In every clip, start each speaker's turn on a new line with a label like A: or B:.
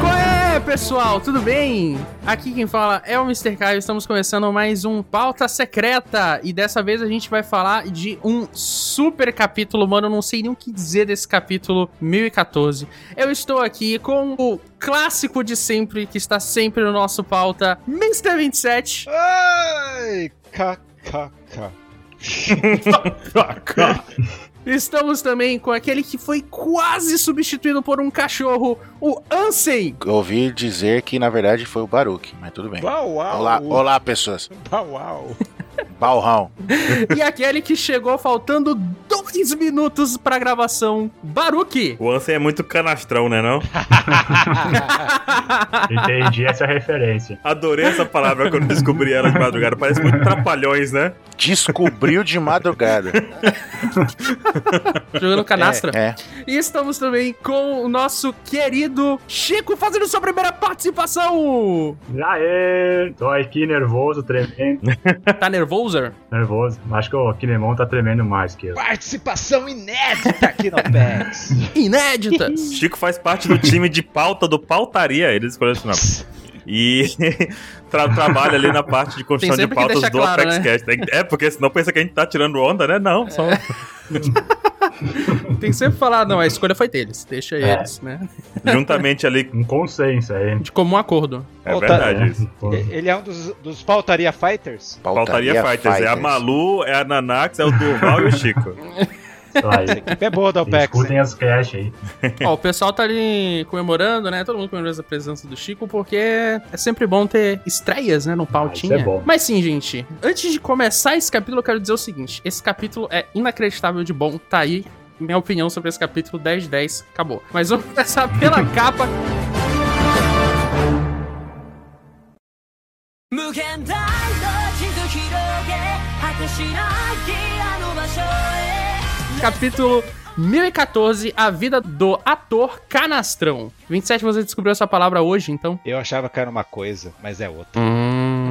A: Qual é, pessoal? Tudo bem? Aqui quem fala é o Mr. Caio. Estamos começando mais um Pauta Secreta. E dessa vez a gente vai falar de um super capítulo, mano. Eu não sei nem o que dizer desse capítulo 1014. Eu estou aqui com o clássico de sempre, que está sempre no nosso pauta, Mr. 27.
B: Ai, kkk.
A: Estamos também com aquele que foi quase substituído por um cachorro, o Ansem.
C: Ouvi dizer que na verdade foi o Baruque, mas tudo bem.
B: Bau, uau.
C: Olá, olá pessoas.
B: Bau, uau.
C: Balrão.
A: E aquele que chegou faltando dois minutos pra gravação, Baruque.
D: O Ansem é muito canastrão, né não?
E: Entendi essa referência.
D: Adorei essa palavra quando descobri ela de madrugada. Parece muito trapalhões, né?
C: Descobriu de madrugada.
A: Jogando canastra.
C: É.
A: E estamos também com o nosso querido Chico fazendo sua primeira participação.
E: Aê! Tô aqui nervoso, tremendo.
A: Tá nervoso?
E: Nervoso. Acho que o Kinemon tá tremendo mais que eu.
B: Participação inédita aqui no PEX.
A: Inéditas.
D: Chico faz parte do time de pauta do Pautaria. Ele escolheu esse nome. E tra- trabalha ali na parte de construção
A: Tem
D: de
A: sempre que deixar
D: pautas do
A: claro, né?
D: Apex Cash. Tem- É, porque senão pensa que a gente tá tirando onda, né? Não, só
A: Tem que sempre falar, não, a escolha foi deles. Deixa eles, né?
D: juntamente ali.
E: Um consenso aí.
A: De comum acordo.
D: É
B: Pauta-
D: verdade isso.
B: Ele é um dos, dos pautaria fighters?
D: Pautaria Fighters. É a Malu, é a Nanax, é o Durval e o Chico.
E: Isso
B: Essa
E: tá aí.
B: equipe é boa do Apex.
A: né?
E: Escutem as cash aí.
A: Ó, o pessoal tá ali comemorando, né? Todo mundo comemorando a presença do Chico, porque é sempre bom ter estreias, né? No pautinha.
E: isso é bom.
A: Mas sim, gente, antes de começar esse capítulo, eu quero dizer o seguinte: esse capítulo é inacreditável de bom, tá aí. Minha opinião sobre esse capítulo 10 de 10, acabou. Mas vamos começar pela capa.
F: 無限大の地図広げ果てしなきあの場所へ
A: Capítulo 1014, A Vida do Ator Canastrão. 27, você descobriu essa palavra hoje, então?
B: Eu achava que era uma coisa, mas é outra.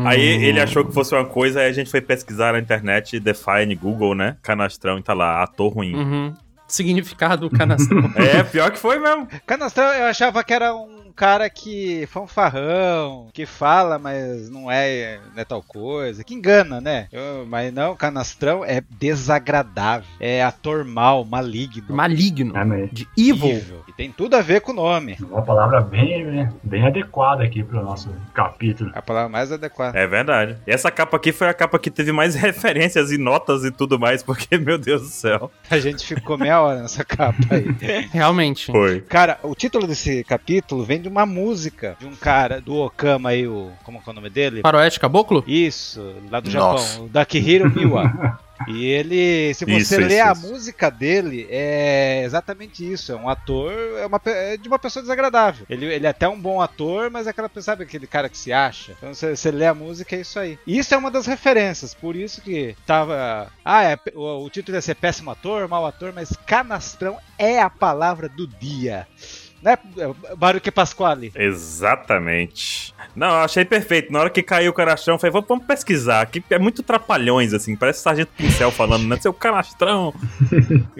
D: Aí ele achou que fosse uma coisa, aí a gente foi pesquisar na internet, Define, Google, né? Canastrão e tá lá, ator ruim.
A: Uhum. Significado canastrão.
D: É, pior que foi mesmo.
B: Canastrão, eu achava que era um cara que fanfarrão, que fala, mas não é, não é tal coisa, que engana, né? Eu- mas não, canastrão é desagradável, é ator mal, maligno.
A: Maligno.
E: É mesmo.
A: De evil.
B: E tem tudo a ver com o nome.
E: Uma palavra bem, né, bem adequada aqui pro nosso capítulo.
B: A palavra mais adequada.
D: É verdade. E essa capa aqui foi a capa que teve mais referências e notas e tudo mais, porque, meu Deus do céu.
B: A gente ficou meia hora nessa capa aí.
A: Realmente.
D: Foi.
B: Cara, o título desse capítulo vem de uma música de um cara do Okama aí, o. Como que é o nome dele?
A: Faroeste Caboclo?
B: Isso, lá do
C: Nossa.
B: Japão, o Dakihiro Miwa. E ele, se você
D: Isso, isso,
B: ler a
D: isso.
B: música dele, é exatamente isso. É um ator, é, uma pe- é de uma pessoa desagradável. Ele, ele é até um bom ator, mas é aquela pessoa, sabe aquele cara que se acha? Então você, você lê a música, é isso aí. E isso é uma das referências, por isso que tava. Ah, é, pe- o, o título ia ser Péssimo Ator, Mau Ator, mas canastrão é a palavra do dia. Né, Baruque Pasquale?
D: Exatamente. Não, eu achei perfeito. Na hora que caiu o canastrão, eu falei, "Vamos- vamos pesquisar, que é muito trapalhões, assim. Parece Sargento Pincel falando, né? Seu canastrão.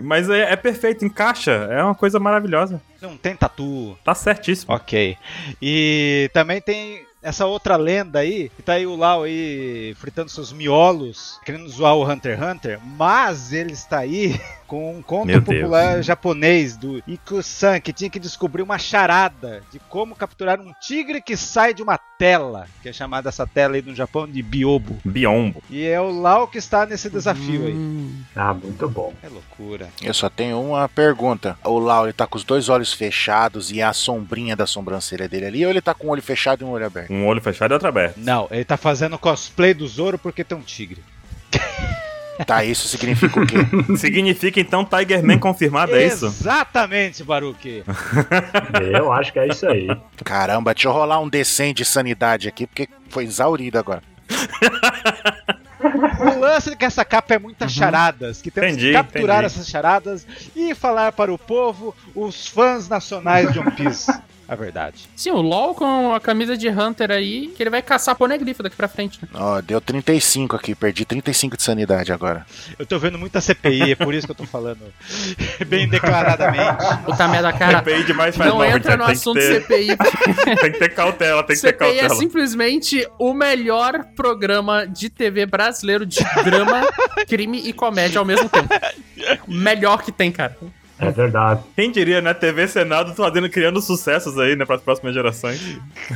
D: Mas é, é perfeito, encaixa. É uma coisa maravilhosa.
B: Não tem tatu,
D: Tá certíssimo.
B: Ok. E também tem essa outra lenda aí, que tá aí o Lau aí fritando seus miolos, querendo zoar o Hunter x Hunter, mas ele está aí com um conto
D: Meu Deus.
B: popular japonês do Ikusan, que tinha que descobrir uma charada de como capturar um tigre que sai de uma tela, que é chamada essa tela aí no Japão de Biobo.
D: Biombo.
B: E é o Lau que está nesse desafio aí.
A: Hum.
E: Ah, muito bom.
B: É loucura.
C: Eu só tenho uma pergunta. O Lau, ele tá com os dois olhos fechados e a sombrinha da sobrancelha dele ali, ou ele tá com o olho fechado e um olho aberto?
D: Um olho fechado e outro aberto.
B: Não, ele tá fazendo cosplay do Zoro porque tem um tigre.
C: Tá, isso significa o quê?
D: Significa, então, Tiger Man confirmado, é isso?
B: Exatamente, Baruque.
E: Eu acho que é isso aí.
C: Caramba, deixa eu rolar um descendo de sanidade aqui, porque foi exaurido agora.
B: O lance é que essa capa é muitas charadas, que temos
D: Uhum. Entendi,
B: que capturar
D: entendi.
B: essas charadas e falar para o povo, os fãs nacionais de One Piece. a
D: É
B: verdade.
A: Sim, o LOL com a camisa de Hunter aí, que ele vai caçar poneglyph daqui pra frente. né?
C: Ó, deu 35 aqui, perdi 35 de sanidade agora.
B: Eu tô vendo muita CPI, é por isso que eu tô falando bem declaradamente.
A: Puta merda, cara.
D: CPI É demais faz
A: Não
D: mal,
A: entra
D: Vitor.
A: no
D: Tem que
A: assunto
D: ter-
A: CPI.
D: Tem que ter cautela, tem que ter
A: CPI é
D: cautela.
A: simplesmente o melhor programa de TV brasileiro de drama, crime e comédia ao mesmo tempo. O Melhor que tem, cara.
E: É verdade.
D: Quem diria, né? TV Senado fazendo, criando sucessos aí, né? Para as próximas gerações.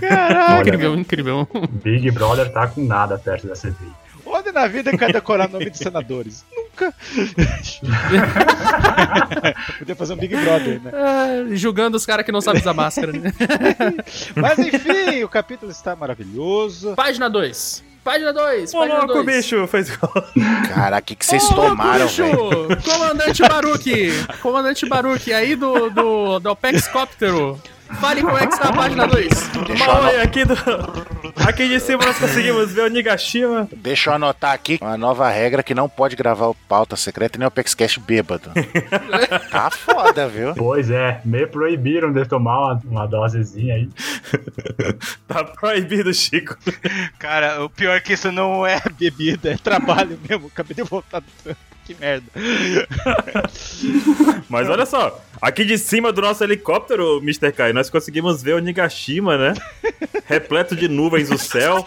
E: Olha,
A: Incrível, incrível.
E: Big Brother tá com nada perto da CPI.
B: Onde na vida que vai decorar nome de senadores? Nunca. Podia fazer um Big Brother, né?
A: Ah, julgando os caras que não sabem usar máscara. Né?
B: Mas enfim, o capítulo está maravilhoso.
A: Página 2. Página 2.
D: Ô,
A: Página
D: louco,
A: 2.
D: bicho! Fez gol.
C: Caraca, o que que vocês
A: Ô, louco,
C: tomaram,
A: bicho!
C: velho?
A: Comandante Baruque! Comandante Baruque, aí do, do, do Apex Cóptero. Fale como é que está a página 2.
C: Deixa eu,
D: Maoi,
C: ano-
D: aqui, do... aqui de cima nós conseguimos ver o Nigashima.
C: deixa eu anotar aqui uma nova regra que não pode gravar o pauta secreta e nem o Pexcast bêbado. tá foda, viu?
E: Pois é, me proibiram de tomar uma, uma dosezinha aí.
D: Tá proibido, Chico.
B: Cara, o pior é que isso não é bebida, é trabalho mesmo. Acabei de voltar do trampo. Que merda.
D: Mas olha só, aqui de cima do nosso helicóptero, Mr. Kai, nós conseguimos ver o Nigashima, né? Repleto de nuvens o céu.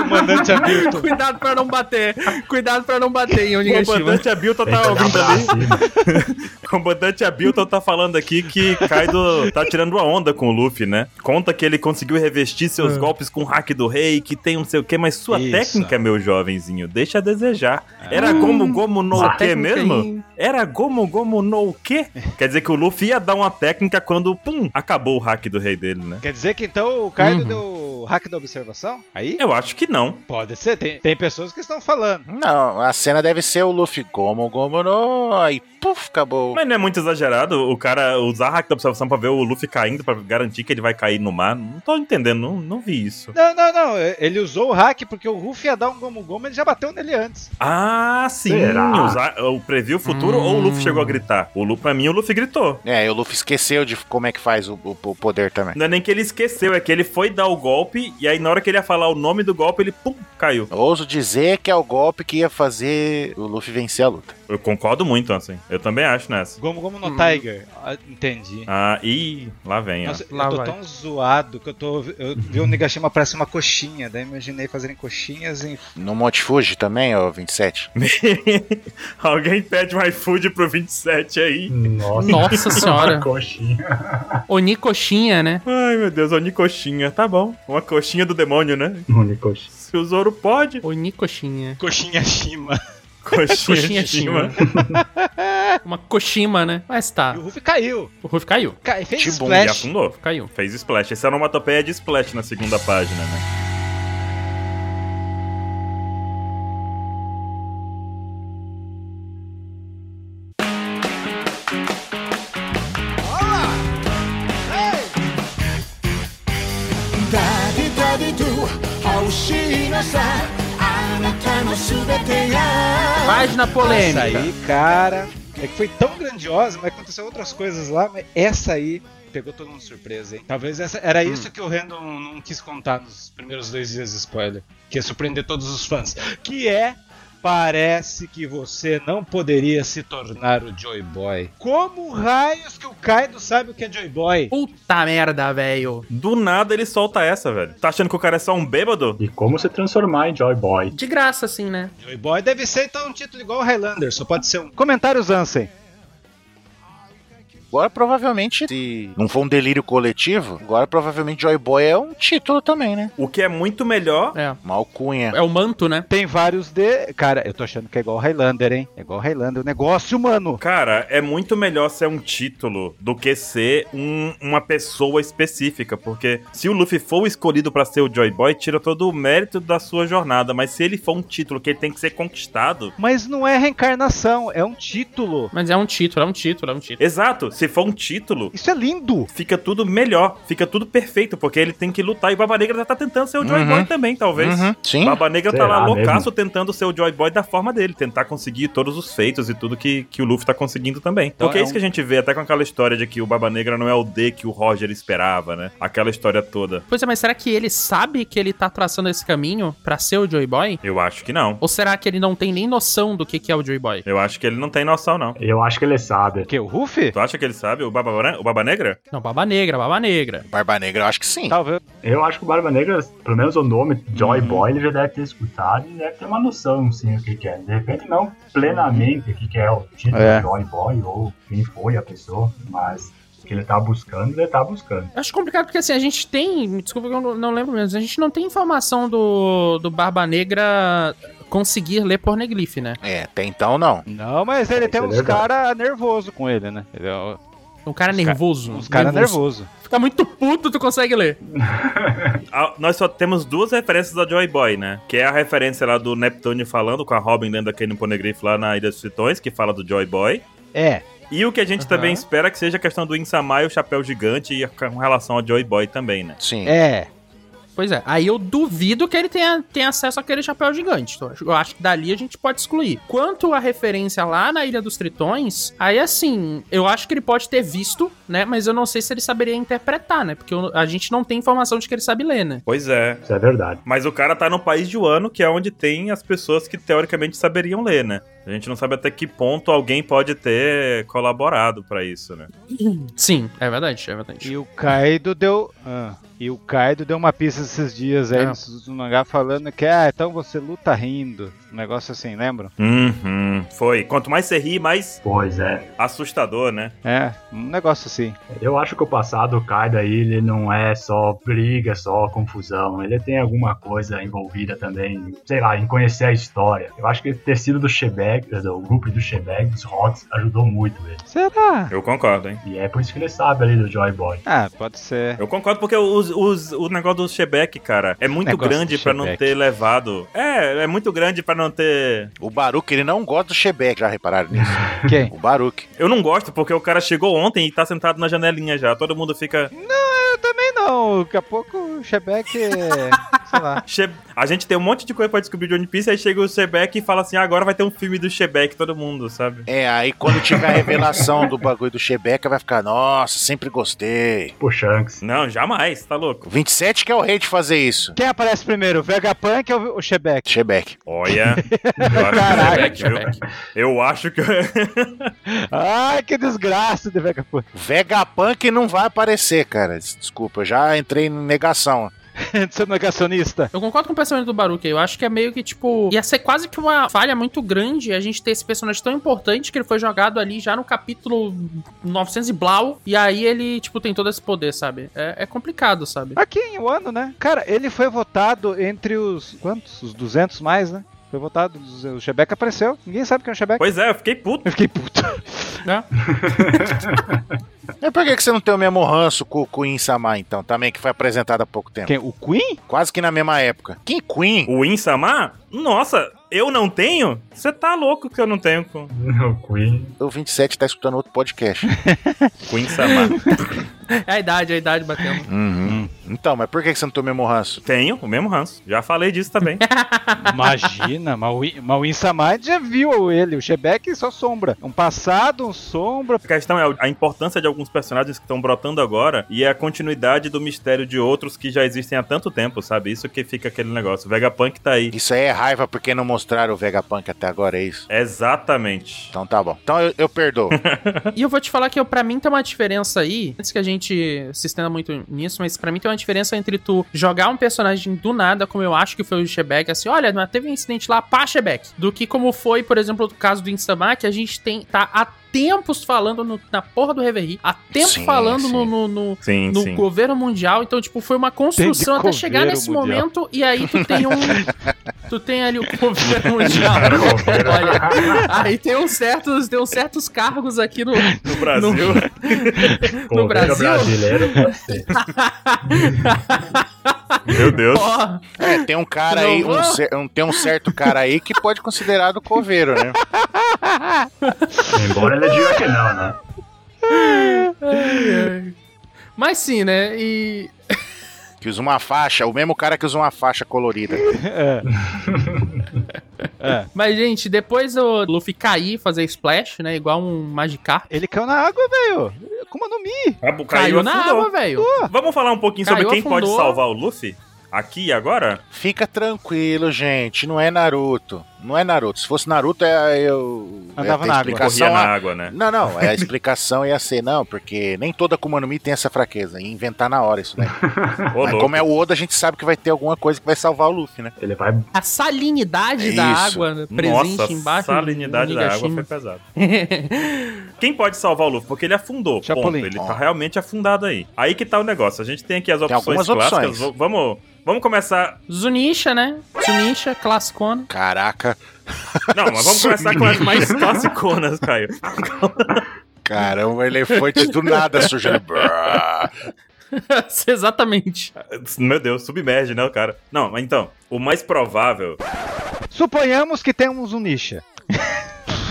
B: Comandante Hamilton.
A: Cuidado pra não bater. Cuidado pra não bater em
D: O
A: Onigashima.
D: comandante Abilton
E: Tem que um
D: tá
E: olhar
D: ouvindo
E: pra
D: ali.
E: cima.
D: O comandante Abilton tá falando aqui que Kaido tá tirando a onda com o Luffy, né? Conta que ele conseguiu revestir
A: É.
D: seus golpes com o hack do rei, que tem não sei o que, mas sua
B: Isso.
D: técnica, meu jovenzinho, deixa a desejar. Era Gomu Gomu no
A: Ah. Sua
D: que
A: técnica
D: mesmo?
A: aí.
D: Era Gomu Gomu no que? Quer dizer que o Luffy ia dar uma técnica quando, pum, acabou o hack do rei dele, né?
B: Quer dizer que então o Kaido
A: Uhum.
B: deu hack da observação? Aí?
D: Eu acho que não.
B: Pode ser, tem, tem pessoas que estão falando.
C: Não, a cena deve ser o Luffy Gomo Gomo no. Aí, puf, acabou.
D: Mas não é muito exagerado o cara usar hack da observação pra ver o Luffy caindo, pra garantir que ele vai cair no mar. Não tô entendendo, não, não vi isso.
B: Não, não, não. Ele usou o hack porque o Ruff ia dar um gomo gomo ele já bateu nele antes.
D: Ah, sim.
E: Será?
D: Usar, o previu o futuro ou o Luffy
B: Hum.
D: chegou a gritar? O Luffy, pra mim, o Luffy gritou.
C: É, e o Luffy esqueceu de como é que faz o, o- o poder também.
D: Não é nem que ele esqueceu, é que ele foi dar o golpe e aí na hora que ele ia falar o nome do golpe, ele pum, caiu.
C: Ouso dizer que é o golpe que ia fazer o Luffy vencer a luta.
D: Eu concordo muito, assim. Eu também acho nessa.
B: Gomo gomo
A: Uhum.
B: no Tiger. Ah, Entendi.
D: Ah, ih, lá vem, ó.
B: Nossa,
A: Lá
B: eu tô
A: vai.
B: tão zoado que eu tô. Eu vi o Nigashima parece uma coxinha, daí imaginei fazerem coxinhas em.
C: No Monte Fuji também, ó, 27.
D: Alguém pede um iFood pro 27 aí.
E: Nossa,
A: Nossa senhora.
E: uma coxinha.
A: Onikoxinha, né?
D: Ai, meu Deus, uma coxinha. Tá bom. Uma coxinha do demônio, né?
E: Uma coxinha.
D: Se o Zoro pode.
A: Onikoxinha.
B: Coxinha Shima.
D: Coxinha,
A: Coxinha
D: de cima.
A: Shima. Uma coxima, né? Mas tá.
B: E o Ruff caiu.
A: O Ruff caiu.
B: Cai, fez
C: Tibum,
D: E
B: splash.
D: afundou.
A: Caiu.
D: Fez splash. Essa onomatopeia é de splash na segunda página, né?
A: Página
B: Essa
A: polêmica.
B: aí, cara. É que foi tão grandiosa, mas aconteceu outras coisas lá, mas essa aí pegou todo mundo de surpresa, hein? Talvez essa era isso que o Random não quis contar nos primeiros dois dias de spoiler. Que ia surpreender todos os fãs. Que é. Parece que você não poderia se tornar o Joy Boy. Como raios que o Kaido sabe o que é Joy Boy?
A: Puta merda, velho.
D: Do nada ele solta essa, velho. Tá achando que o cara é só um bêbado?
E: E como se transformar em Joy Boy?
A: De graça, assim, né?
B: Joy Boy deve ser então um título igual o Highlander, só pode ser um. Comentários Ansem.
C: Agora provavelmente, se não for um delírio coletivo, agora provavelmente Joy Boy é um título também, né?
D: O que é muito melhor.
A: É.
C: Uma alcunha.
A: É o manto, né?
B: Tem vários de. Cara, eu tô achando que é igual o Highlander, hein? É igual o Highlander, o negócio, mano.
D: Cara, é muito melhor ser um título do que ser um- uma pessoa específica. Porque se o Luffy for o escolhido pra ser o Joy Boy, tira todo o mérito da sua jornada. Mas se ele for um título que ele tem que ser conquistado.
B: Mas não é reencarnação, é um título.
A: Mas é um título, é um título, é um título.
D: Exato, se se for um título,
B: Isso é lindo!
D: fica tudo melhor, fica tudo perfeito, porque ele tem que lutar e Baba Negra já tá tentando ser o Joy
C: Uhum.
D: Boy também, talvez.
C: Uhum,
B: Hum?
C: Sim.
D: Baba Negra tá
E: Será
D: lá
E: mesmo?
D: loucaço tentando ser o Joy Boy da forma dele, tentar conseguir todos os feitos e tudo que, que o Luffy tá conseguindo também.
B: Então
D: Porque é
B: é
D: isso
B: um-
D: que a gente vê, até com aquela história de que o Baba Negra não é o D que o Roger esperava, né? Aquela história toda.
A: Pois é, mas será que ele sabe que ele tá traçando esse caminho pra ser o Joy Boy?
D: Eu acho que não.
A: Ou será que ele não tem nem noção do que, que é o Joy Boy?
D: Eu acho que ele não tem noção, não.
E: Eu acho que ele é sabe.
B: O que? O Ruffy?
D: Tu acha que ele sabe o Baba, Bran- o Baba Negra?
A: Não, Baba Negra, Baba Negra.
C: Barba Negra, eu acho que sim.
B: Talvez.
E: Eu acho que o Barba Negra, pelo menos o nome Joy Boy, ele já deve ter escutado e deve ter uma noção, sim, o que, que é. De repente, não plenamente o que, que é o título
B: É.
E: Joy Boy ou quem foi a pessoa, mas o que ele tá buscando, ele tá buscando.
A: Eu Acho complicado porque assim, a gente tem. me Desculpa que eu não, não lembro mesmo. A gente não tem informação do, do Barba Negra conseguir ler porneglife, né?
C: É, até então não.
B: Não, mas ele tem
E: é
B: uns
E: verdade.
B: caras nervoso com ele, né? Ele é o-
A: Um cara
B: Os ca-
A: nervoso.
B: uns caras Hum. nervoso.
A: Fica muito puto, tu consegue ler.
D: Ah, nós só temos duas referências da Joy Boy, né? Que é a referência lá do Neptune falando com a Robin dentro daquele Ponegrife lá na Ilha dos Tritões, que fala do Joy Boy.
B: É.
D: E o que a gente
A: Aham.
D: também espera é que seja a questão do Insamai, o chapéu gigante e a- com relação ao Joy Boy também, né?
C: Sim.
B: É.
A: Pois é, aí eu duvido que ele tenha, tenha acesso àquele chapéu gigante. Então, Eu acho que dali a gente pode excluir. Quanto à referência lá na Ilha dos Tritões, aí assim, eu acho que ele pode ter visto, né? Mas eu não sei se ele saberia interpretar, né? Porque eu- a gente não tem informação de que ele sabe ler, né?
D: Pois é.
E: Isso é verdade.
D: Mas o cara tá no país de Wano, que é onde tem as pessoas que teoricamente saberiam ler, né? A gente não sabe até que ponto alguém pode ter colaborado pra isso, né?
A: Sim, é verdade, é verdade.
B: E o Kaido deu. ah, e o Kaido deu uma pista esses dias aí
A: É.
B: no Instituto do Mangá falando que, ah, então você luta rindo. Um negócio assim, lembra?
D: Uhum. Foi. Quanto mais você ri, mais
E: Pois é.
D: assustador, né?
B: É, um negócio assim.
E: Eu acho que o passado do Kaido aí, ele não é só briga, só confusão. Ele tem alguma coisa envolvida também, sei lá, em conhecer a história. Eu acho que ter sido do Shebeg, do grupo do Shebeg, dos Rocks, ajudou muito ele.
B: Será?
D: Eu concordo, hein?
E: E é por isso que ele sabe ali do Joy Boy.
B: Ah, pode ser.
D: Eu concordo, porque os, os- o negócio do Shebeck, cara, é muito
B: Negócio
D: grande
B: do
D: pra não
B: Shebeck.
D: ter levado. É, é muito grande pra não ter
C: O Baruque, ele não gosta do Shebeck, já repararam nisso?
B: Quem?
C: O Baruque.
D: Eu não gosto porque o cara chegou ontem e tá sentado na janelinha já. Todo mundo fica.
B: Eu também não. Daqui a pouco o Shebeck. é, sei lá.
D: "Che- A gente tem um monte de coisa pra descobrir de One Piece, aí chega o Shebeck e fala assim: ah, agora vai ter um filme do Shebeck, todo mundo, sabe?
C: É, aí quando tiver a revelação do bagulho do Shebeck, vai ficar, nossa, sempre gostei.
E: Pô, Shanks.
D: Não, jamais, tá louco.
C: O 27 que é o rei de fazer isso.
B: Quem aparece primeiro? O Vegapunk ou o Shebeck?
C: Shebeck.
D: Olha, eu acho
B: Caralho,
D: que é o Shebeck, viu? Eu acho que.
B: Ai, que desgraça de Vegapunk.
C: Vegapunk não vai aparecer, cara. Des- Desculpa, eu já entrei em negação.
B: Seu negacionista.
A: Eu concordo com o pensamento do Baruque. Eu acho que é meio que, tipo, ia ser quase que uma falha muito grande a gente ter esse personagem tão importante que ele foi jogado ali já no capítulo 900 e blau. E aí ele, tipo, tem todo esse poder, sabe? É, é complicado, sabe?
B: Aqui em Wano, né? Cara, ele foi votado entre os. Quantos? Os 200 mais, né? Foi votado. os- O Shebeck apareceu. Ninguém sabe quem é o Shebeck.
D: pois é, eu fiquei puto.
B: Eu fiquei puto.
C: Mas por que, que você não tem o mesmo ranço com o Queen Samar, então? Também que foi apresentado há pouco tempo.
B: Quem? O Queen?
C: Quase que na mesma época. Quem Queen?
D: O Insamar? Nossa, eu não tenho? Você tá louco que eu não tenho com
E: O Queen.
C: O 27 tá escutando outro podcast.
D: o Insamar.
A: É a idade, é a idade batendo.
C: Uhum. Então, mas por que, que você não tem o mesmo ranço?
D: tenho o mesmo ranço. Já falei disso também.
B: Imagina, mas o In- mas o Insamai já viu ele. O Shebeck só sombra. Um passado, um sombra.
D: A questão é a importância de alguns personagens que estão brotando agora e é a continuidade do mistério de outros que já existem há tanto tempo, sabe? Isso que fica aquele negócio. Vegapunk tá aí.
C: Isso aí é raiva porque não mostraram o Vegapunk até agora, é isso?
D: Exatamente.
C: Então tá bom. Então eu, eu perdoo.
A: E eu vou te falar que eu, pra mim tem uma diferença aí, antes que a gente se estenda muito nisso, mas pra mim tem uma diferença entre tu jogar um personagem do nada, como eu acho que foi o Shebeck, assim, olha, mas teve um incidente lá, pá, Shebeck, do que como foi, por exemplo, o caso do Instamar, que a gente tem, tá há tempos falando no- na porra do Reverie, há tempo
C: Sim,
A: falando no-
C: sim.
A: no- no,
D: Sim,
A: no
D: sim.
A: governo mundial. Então, tipo, foi uma construção até
B: governo
A: chegar nesse
B: mundial.
A: momento. E aí tu tem um. tu tem ali o governo mundial.
E: governo.
A: Olha, aí tem uns certos, tem uns certos cargos aqui no.
D: No Brasil.
E: Governo
A: Brasil?
E: brasileiro pode ser.
D: Meu Deus.
A: Ó,
C: É, tem um cara
A: Não
C: aí,
A: vou.
C: um cer- um- tem um certo cara aí que pode considerar do coveiro, né?
E: Embora ele diga que não, né?
A: Ai, ai. Mas sim, né? E
C: Que usa uma faixa, o mesmo cara que usa uma faixa colorida.
A: Mas, gente, depois o Luffy cair, fazer splash, né? Igual um Magikarp.
B: Ele caiu na água, velho. Como no Mi.
D: Caiu,
A: Caiu, na
D: afundou.
A: água, velho.
D: Vamos falar um pouquinho sobre
A: Caiu,
D: quem pode
A: afundou.
D: salvar o Luffy? Aqui e agora?
C: Fica tranquilo, gente. Não é Naruto. Não é Naruto. Se fosse Naruto, é- eu.
B: Andava
C: ia ter
B: na água.
D: Corria
C: explicação.
D: na
C: a-
D: água, né?
C: Não, não. É a explicação ia ser, não, porque nem toda Kuma no Mi tem essa fraqueza. E inventar na hora isso daí.
D: Ô,
C: Mas
D: louco.
C: como é o Oda, a gente sabe que vai ter alguma coisa que vai salvar o Luffy, né?
E: Ele vai.
A: A salinidade
C: É
A: da
C: isso.
A: água né, presente
D: Nossa,
A: embaixo. do
D: salinidade da água foi
A: Nigashima.
D: pesada. Quem pode salvar o Luffy? Porque ele afundou.
B: Chapolin.
D: Ponto. Ele
C: Ó.
D: tá realmente afundado aí. Aí que tá o negócio. A gente tem aqui as opções
C: algumas
D: clássicas.
C: opções.
D: V- Vamos, vamos começar.
A: Zunisha, né? Zunisha, classicona.
C: Caraca,
D: Não, mas vamos começar com as mais classiconas, Caio.
C: caramba, elefante do nada surgindo. Brrr.
A: Exatamente.
D: Meu Deus, submerge, né, o cara? Não, mas então, o mais provável.
B: Suponhamos que temos um Nisha.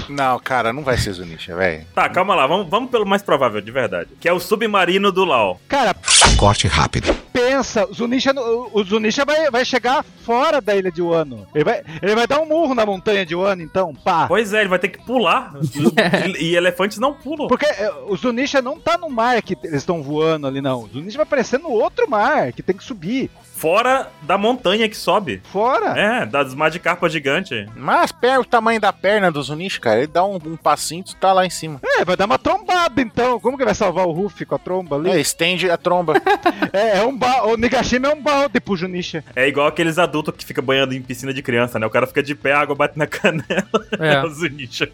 C: Não, cara, não vai ser Zunisha, velho.
D: Tá, calma lá, vamos, vamos pelo mais provável, de verdade. Que é o submarino do Lau.
B: Cara,
G: Corte rápido.
B: pensa, o Zunisha, no- o Zunisha vai, vai chegar fora da ilha de Wano. Ele vai, ele vai dar um murro na montanha de Wano, então, pá.
D: Pois é, ele vai ter que pular. e elefantes não pulam.
B: Porque é, o Zunisha não tá no mar que eles estão voando ali, não. O Zunisha vai aparecer no outro mar, que tem que subir.
D: Fora da montanha que sobe.
C: Ah.
B: Fora.
D: É, das Magikarpa gigante.
C: Mas per- o tamanho da perna do Zunisha, cara, ele dá um, um passinho e tá lá em cima.
B: É, vai dar uma trombada, então. Como que vai salvar o Ruffy com a tromba ali?
C: É, estende a tromba.
B: É, é um ba... O Nigashima é um balde pro Junisha.
D: É igual aqueles adultos que ficam banhando em piscina de criança, né? O cara fica de pé, a água bate na canela. É. o
A: É,
D: Zunisha.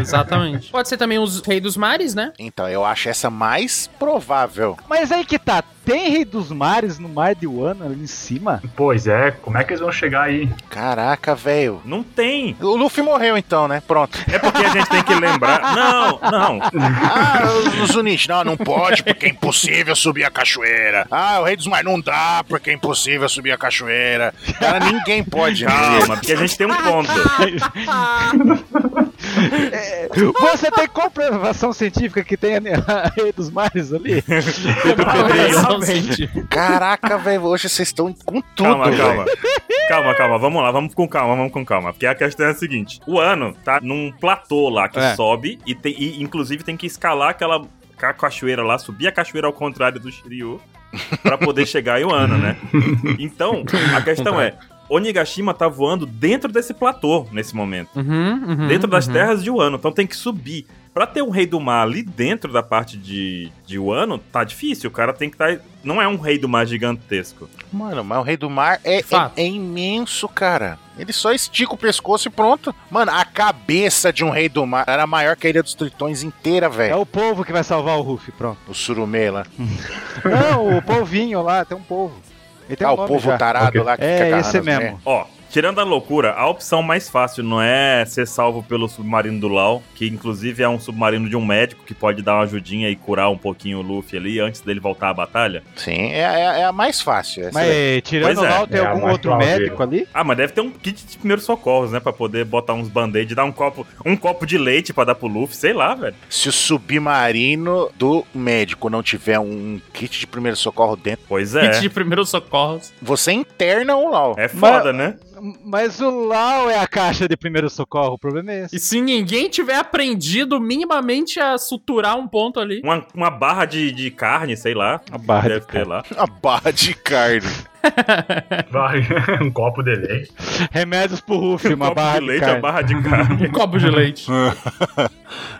A: exatamente. Pode ser também os Rei dos Mares, né?
C: Então, eu acho essa mais provável.
B: Mas aí que tá, tem Rei dos Mares no mar de Wano ali em cima?
E: Pois é, como é que eles vão chegar aí?
C: Caraca, velho.
D: Não tem.
C: O Luffy morreu então, né? Pronto.
D: É porque a gente tem que lembrar. Não, não.
C: Ah, o Zunisha, não, não pode porque é impossível subir a cachoeira. Ah, o Rei dos Mares não dá porque é impossível subir a cachoeira. Cara, ninguém pode. né?
D: Calma, porque a gente tem um ponto.
B: Você tem comprovação científica que tem a a Rei dos Mares ali?
C: É.
A: Exatamente.
C: Caraca, velho, hoje vocês estão com tudo,
D: Calma, calma.
C: velho.
D: Calma, calma. Vamos lá, vamos com calma, vamos com calma. Porque a questão é a seguinte: o ano tá num platô lá que
B: É.
D: sobe e, tem- e, inclusive tem que escalar aquela ca- cachoeira lá, subir a cachoeira ao contrário do Shiryu pra poder chegar em Wano, né? Então, a questão é. Onigashima tá voando dentro desse platô nesse momento.
A: Uhum, uhum,
D: dentro das
A: uhum.
D: terras de Wano. Então tem que subir. Pra ter um rei do mar ali dentro da parte de, de Wano, tá difícil. O cara tem que estar. Não é um rei do mar gigantesco.
C: Mano, mas o Rei do Mar é, é-
A: Fato.
C: é imenso, cara. Ele só estica o pescoço e pronto. Mano, a cabeça de um Rei do Mar era maior que a Ilha dos Tritões inteira,
B: É
C: velho.
B: o povo que vai salvar É o Ruffy, pronto.
C: O surumê lá.
B: Não, o polvinho lá, tem um povo. Ele tem
C: ah,
B: um
C: o
B: nome
C: povo né?
B: já.
C: tarado
E: Ok.
C: lá que
B: É,
C: fica agarrando
B: esse
C: as
B: mesmo.
C: mulheres.
D: Ó, tirando a loucura, a opção mais fácil não é ser salvo pelo submarino do Lau, que inclusive é um submarino de um médico que pode dar uma ajudinha e curar um pouquinho o Luffy ali antes dele voltar à batalha.
C: Sim, é, é- é a mais fácil. essa
B: Mas eh,
C: daí.
B: tirando
D: Pois é.
B: lá, tem
E: É,
B: algum
E: mais
B: outro
E: plausível.
B: médico ali?
D: Ah, mas deve ter um kit de primeiros socorros, né? Pra poder botar uns band-aid, dar um copo, um copo de leite pra dar pro Luffy, sei lá, velho.
C: Se o submarino do médico não tiver um kit de primeiro socorro dentro,
D: Pois
A: Kit
D: é.
A: de primeiros socorros.
C: você interna um o Lau.
D: É foda, né?
B: Mas o Lau é a caixa de primeiro socorro, o problema é esse.
A: E se ninguém tiver aprendido minimamente a suturar um ponto ali.
D: Uma, uma barra de, de carne, sei lá.
B: A barra
D: Deve ter lá.
C: A barra de carne.
E: Vai, um copo de leite.
B: Remédios pro Ruffy, uma
D: Um Copo
B: barra
D: de
B: de
D: leite,
B: carne.
D: a barra de carne.
A: Um copo de leite.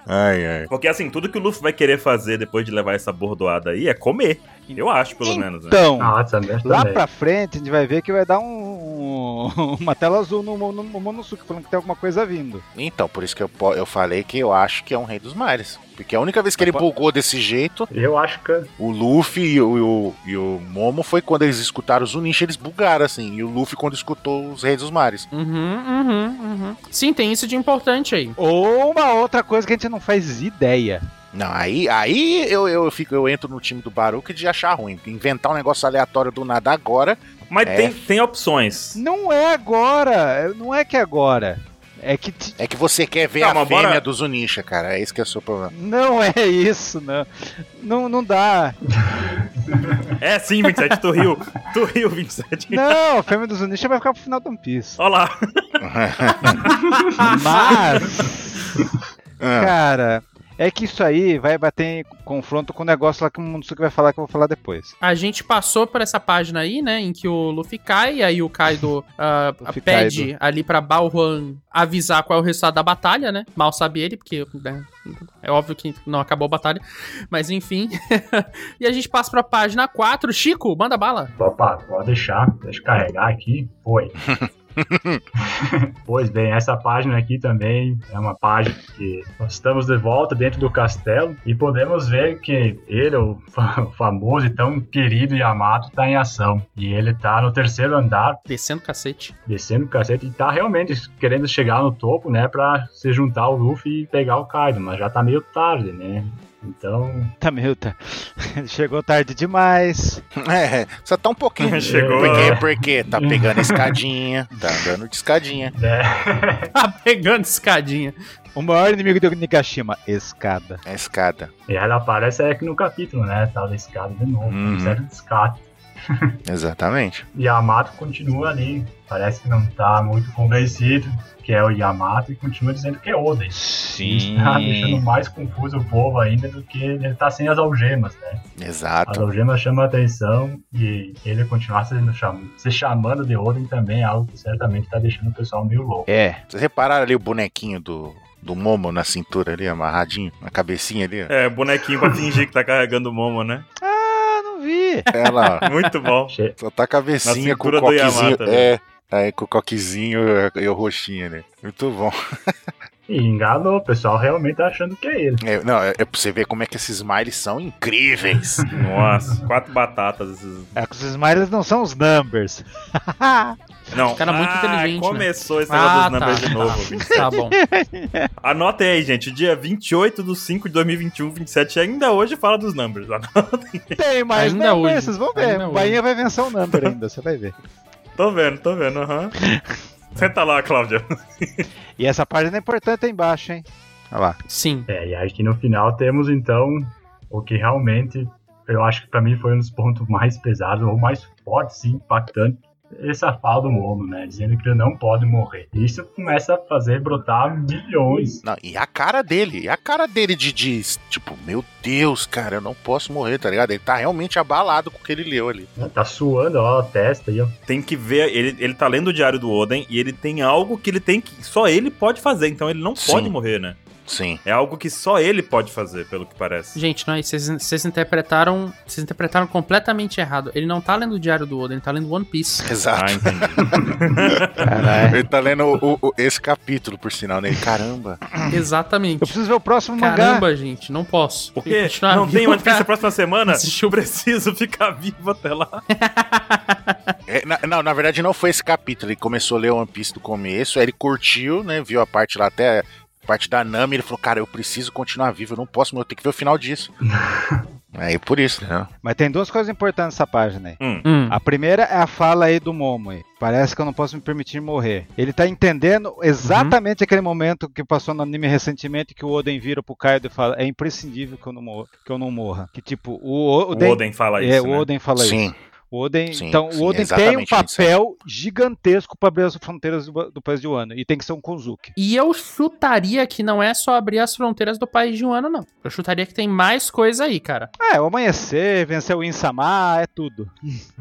C: ai, ai.
D: Porque assim, tudo que o Luffy vai querer fazer depois de levar essa bordoada aí é comer. Eu acho, pelo menos, né?
B: Então,
E: Nossa, merda
B: Lá
E: Ah, também.
B: pra frente a gente vai ver que vai dar um, um- uma tela azul no, Mo- no, Monosuke falando que tem alguma coisa vindo.
C: Então, por isso que eu, po- eu falei que eu acho que é um rei dos mares. Porque é a única vez que ele bugou desse jeito,
E: Eu acho que.
C: o Luffy e o, e o- e o Momo, foi quando eles escutaram os Unisha, eles bugaram, assim. E o Luffy quando escutou os reis dos mares.
A: Uhum, uhum, uhum. Sim, tem isso de importante aí.
B: Ou uma outra coisa que a gente não faz ideia.
C: Não, aí, aí eu, eu, fico, eu entro no time do Baruque de achar ruim. porque Inventar um negócio aleatório do nada agora
D: Mas
C: É.
D: tem, tem opções.
B: Não é agora, não é que é agora. É que. ti-
C: É que você quer ver
D: Calma,
C: a fêmea
D: bora-
C: do Zunisha, cara. É esse que é o seu problema.
B: Não é isso, não. Não, não dá.
D: É sim, 27, tu riu. Tu riu, 27.
B: Não, a fêmea do Zunisha vai ficar pro final do One Piece.
D: Olha lá.
B: Mas.
C: Ah,
B: Cara, é que isso aí vai bater em confronto com o negócio lá que o Mundosuke vai falar que eu vou falar depois.
A: A gente passou por essa página aí, né? Em que o Luffy cai, e aí o Kaido ah,
B: Luffy
A: pede ali pra Balruan avisar qual é o resultado da batalha, né? Mal sabe ele, porque né, é óbvio que não acabou a batalha. Mas enfim. e a gente passa pra página 4. Chico, manda bala.
E: Opa, pode deixar, deixa eu carregar aqui. Foi. pois bem, essa página aqui também é uma página que nós estamos de volta dentro do castelo e podemos ver que ele, o fa- famoso e tão querido Yamato, está em ação. E ele está no terceiro andar
A: Descendo o cacete.
E: descendo o cacete e tá realmente querendo chegar no topo, né, pra se juntar ao Luffy e pegar o Kaido, mas já tá meio tarde, né? Então,
B: Tá, meu, tá. Chegou tarde demais.
C: é, só tá um pouquinho.
D: Chegou.
C: Porque, porque tá pegando escadinha, tá andando de escadinha.
E: né?
A: Tá pegando escadinha.
B: O maior inimigo do Nigashima, escada.
C: É escada.
E: E ela aparece aqui no capítulo, né? Tá da escada de novo,
C: Uhum.
E: um certo descarte.
C: Exatamente.
E: Yamato continua ali, parece que não tá muito convencido que é o Yamato e continua dizendo que é Oden. Isso Tá deixando mais confuso o povo ainda do que ele tá sem as algemas, né? As
C: Exato.
E: algemas chamam a atenção e ele continuar sendo cham... se chamando de Odin também é algo que certamente tá deixando o pessoal meio louco.
B: É.
C: Vocês repararam ali o bonequinho do, do Momo na cintura ali, amarradinho, na cabecinha ali? ó?
D: É, bonequinho pra fingir que tá carregando o Momo, né?
B: Ah, não vi.
C: É lá, ó.
D: Muito bom.
E: Che-
C: Só tá a cabecinha
D: Na
C: com
D: cintura
C: o
D: do
C: coquezinho.
D: Yamato,
C: é, aí com o coquezinho e o roxinho, né? Muito bom.
E: E enganou, o pessoal realmente tá achando que é ele.
C: É, não, é, é pra você ver como é que esses smiles são incríveis.
D: Nossa, quatro batatas. esses-
B: É que os smiles não são os numbers.
D: Não,
A: Cara muito
D: ah,
A: inteligente, né?
D: Começou esse negócio dos numbers né, de novo.
A: Ah, Tá, tá bom.
D: Anotem aí, gente. Dia 28 de 5 de 2021, 27, ainda hoje fala dos numbers. Ah, Anotem.
B: Tem mais
A: Ainda
B: numbers,
A: hoje.
B: vocês vão ver.
A: Ainda
B: O Bahia vai vencer o number ainda, você vai ver.
D: Tô vendo, tô vendo, aham. Senta lá, Cláudia.
B: E essa página é importante aí embaixo, hein? Olha lá.
A: Sim.
E: É, e aqui no final temos então o que realmente eu acho que pra mim foi um dos pontos mais pesados, ou mais fortes e impactantes. Essa fala do Momo, né? Dizendo que ele não pode morrer. Isso começa a fazer brotar milhões.
C: Não, e a cara dele, e a cara dele de, de tipo, meu Deus, cara, eu não posso morrer, tá ligado? Ele tá realmente abalado com o que ele leu ali.
E: Tá suando ó, a testa e ó.
D: Tem que ver, ele, ele tá lendo o diário do Oden e ele tem algo que ele tem que. Só ele pode fazer, então ele não
C: Sim.
D: pode morrer, né?
C: Sim.
D: É algo que só ele pode fazer, pelo que parece.
A: Gente, não é isso. Vocês- Vocês interpretaram. Vocês interpretaram completamente errado. Ele não tá lendo o diário do Oda, ele tá lendo One Piece.
D: Ah, então, é.
C: Exato.
D: entendi.
B: Caralho.
C: Ele tá lendo o- o- esse capítulo, por sinal, né? Ele, Caramba.
A: Exatamente.
B: Eu preciso ver o próximo mangá.
A: Caramba, gente, não posso. Tem que
D: Porque
A: continuar
D: não tem
A: vivo,
D: uma diferença
A: cara.
D: próxima semana?
A: Assistir
D: Eu preciso ficar vivo até lá.
C: É, na, não, na verdade não foi esse capítulo. Ele começou a ler One Piece do começo, aí ele curtiu, né? Viu a parte lá até a parte da Nami, ele falou, cara, eu preciso continuar vivo, eu não posso, morrer, eu tenho que ver o final disso. É e por isso, né?
B: Mas tem duas coisas importantes nessa página aí.
A: Hum,
B: A primeira é a fala aí do Momo. aí. Parece que eu não posso me permitir morrer. Ele tá entendendo exatamente aquele momento que passou no anime recentemente que o Oden vira pro Kaido e fala: é imprescindível que eu não morra. Que, eu não morra. que tipo, o
D: O
B: Oden.
D: Oden fala isso.
B: é,
D: né?
B: o Oden fala isso.
C: Sim.
B: O Oden,
C: Sim,
B: então,
C: sim,
B: o Oden tem um
C: exatamente isso. é.
B: papel gigantesco para abrir as fronteiras do, do país de Wano. E tem que ser um Kozuki.
A: E eu chutaria que não é só abrir as fronteiras do país de um ano, não. Eu chutaria que tem mais coisa aí, cara.
B: É, o amanhecer, vencer o Insama, é tudo.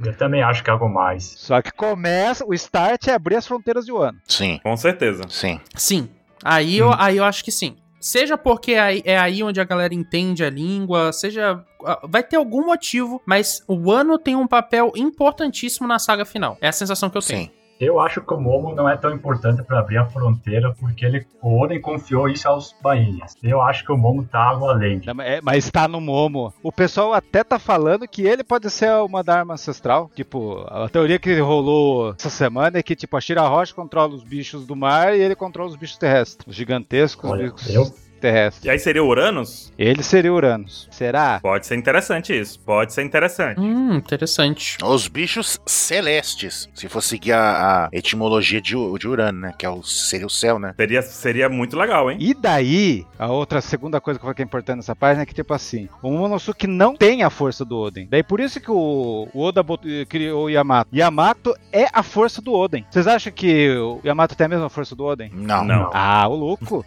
E: Eu também acho que é algo mais.
B: Só que começa, o start é abrir as fronteiras de Wano.
C: Sim,
D: Com certeza.
C: sim.
A: Sim. Aí, eu, aí eu acho que sim. Seja porque aí- é aí onde a galera entende a língua, seja. ah, Vai ter algum motivo, mas o ano tem um papel importantíssimo na saga final. É a sensação que eu tenho.
C: Sim.
E: Eu acho que o Momo não é tão importante para abrir a fronteira, porque ele, o Oden confiou isso aos bainhas. Eu acho que o Momo tava além.
B: Não, mas é- Mas tá no Momo. O pessoal até tá falando que ele pode ser uma da arma ancestral. Tipo, a teoria que rolou essa semana é que, tipo, a Shira Rocha controla os bichos do mar e ele controla os bichos terrestres. Os gigantescos, os
E: Olha,
B: bichos
E: eu,
B: terrestre.
D: E aí seria o Uranus?
B: Ele seria Uranus. Será?
D: Pode ser interessante isso. Pode ser interessante.
A: Hum, interessante.
C: Os bichos celestes. Se for seguir a, a etimologia de, U- de Urano, né? Que é o, seria o céu, né?
D: Seria, seria muito legal, hein?
B: E daí, a outra segunda coisa que eu falei que é importante nessa página é que, tipo assim, o Momonosuke não tem a força do Oden. Daí por isso que o, o Oda bot- criou o Yamato. Yamato é a força do Oden. Vocês acham que o Yamato tem a mesma força do Oden?
C: Não.
D: Não.
B: Ah, o louco.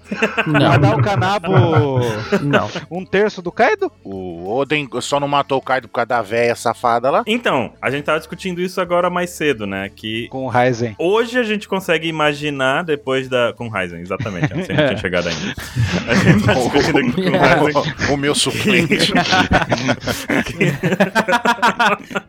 A: Não,
B: Vai dar o Kanabo
A: não.
B: um terço do Kaido?
C: O Oden só não matou o Kaido por causa da véia safada lá.
D: Então, a gente tava discutindo isso agora mais cedo, né? Que
B: Com o Raizen.
D: hoje a gente consegue imaginar depois da. Com Ryzen, exatamente. Assim, não tinha chegado ainda. A gente tá discutindo aqui Tá com Ryzen.
C: O, o meu suplente.
D: A gente tá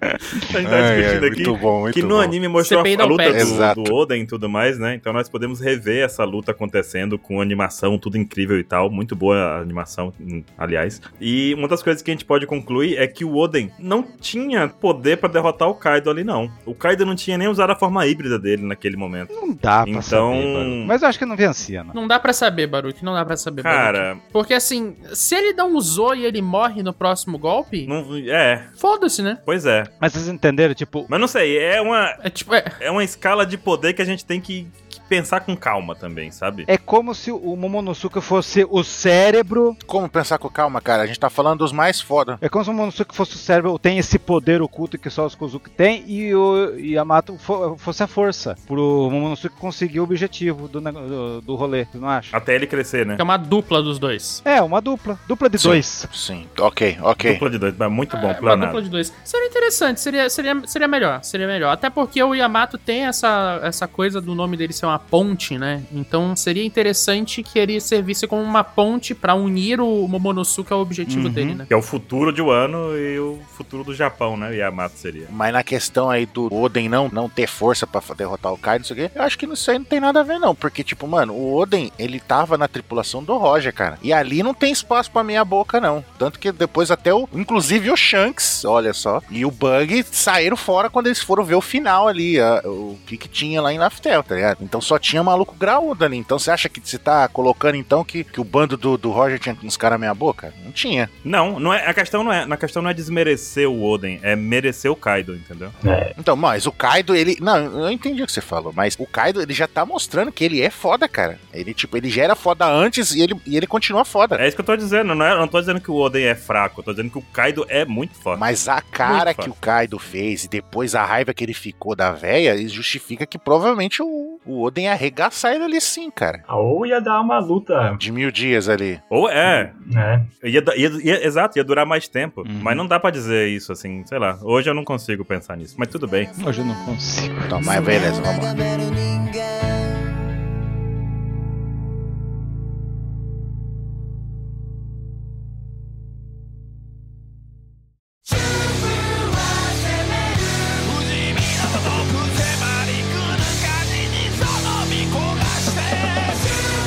C: Ai, ai,
D: discutindo aqui.
C: muito bom, muito
D: que no
C: bom.
D: anime mostrou
A: CPI
D: a, a
A: não
D: luta
A: pega.
D: do,
C: Exato.
D: do Oden e tudo mais, né? Então nós podemos rever essa luta acontecendo com animação, tudo incrível e tal. Muito boa a animação, hum, aliás. E uma das coisas que a gente pode concluir é que o Oden não tinha poder pra derrotar o Kaido ali, não. O Kaido não tinha nem usado a forma híbrida dele naquele momento.
B: Não dá pra
D: Então-
B: saber, mano. Mas eu acho que não vencia, não.
A: Não dá pra saber, Baruch. Não dá pra saber, Baruch.
D: Cara,
A: Porque assim, se ele não usou e ele morre no próximo golpe,
D: não. É,
A: foda-se, né?
D: pois é.
B: Mas vocês entenderam, tipo,
D: Mas não sei, é uma,
A: É tipo, é,
D: é uma escala de poder que a gente tem que, que pensar com calma também, sabe?
B: é como se o Momonosuke fosse o cérebro.
C: Como pensar com calma, cara? A gente tá falando dos mais foda.
B: É como se o Momonosuke fosse o cérebro, tem esse poder oculto que só os Kozuki tem e o Yamato fo- fosse a força pro Momonosuke conseguir o objetivo do, nego- do, do rolê, tu não acha?
D: Até ele crescer, né?
A: é uma dupla dos dois.
B: É, uma dupla. Dupla de
C: Sim.
B: dois.
C: Sim. Ok, ok.
D: Dupla de dois, mas muito bom,
A: É, uma
D: planado.
A: dupla de dois. Seria interessante, seria, seria, seria melhor, seria melhor. Até porque o Yamato tem essa, essa coisa do nome dele ser uma ponte, né? Então seria interessante que ele servisse como uma ponte pra unir o Momonosuke ao objetivo
B: Uhum.
A: dele, né?
D: Que é o futuro de Wano e o futuro do Japão, né? Yamato seria.
C: Mas na questão aí do Oden não, não ter força pra derrotar o Kaido, não sei o quê, eu acho que isso aí não tem nada a ver, não. Porque, tipo, mano, o Oden, ele tava na tripulação do Roger, cara. E ali não tem espaço pra meia boca, não. Tanto que depois até o. Inclusive o Shanks, olha só. E o Bug saíram fora quando eles foram ver o final ali, a- o que, que tinha lá em Laftel, tá ligado? Então só tinha maluco graúdo ali. Então você acha que você tá colocando então que, que o bando do, do Roger tinha uns caras meia boca? Não tinha.
D: Não, não é, a questão não é, na questão não é desmerecer o Oden, é merecer o Kaido, entendeu?
C: Então, mas o Kaido, ele. Não, eu entendi o que você falou, mas o Kaido, ele já tá mostrando que ele é foda, cara. Ele, tipo, ele já era foda antes e ele, e ele continua foda.
D: É isso que eu tô dizendo, não, é, não tô dizendo que o Oden é fraco, eu tô dizendo que o Kaido é muito forte.
C: Mas a cara
D: Muito foda.
C: que o Kaido fez e depois a raiva que ele ficou da véia, isso justifica que provavelmente o, o Oden ia arregaçar ele ali sim, cara.
E: Ah, Ou ia dar uma luta,
C: De mil dias ali.
D: Ou é,
E: né?
D: ia, da- ia- ia- exato, ia durar mais tempo,
B: Uhum.
D: mas não dá pra dizer isso assim, sei lá. Hoje eu não consigo pensar nisso, mas tudo bem.
B: Hoje eu não consigo.
C: Então, mas beleza, vamos lá.
F: 眺める人間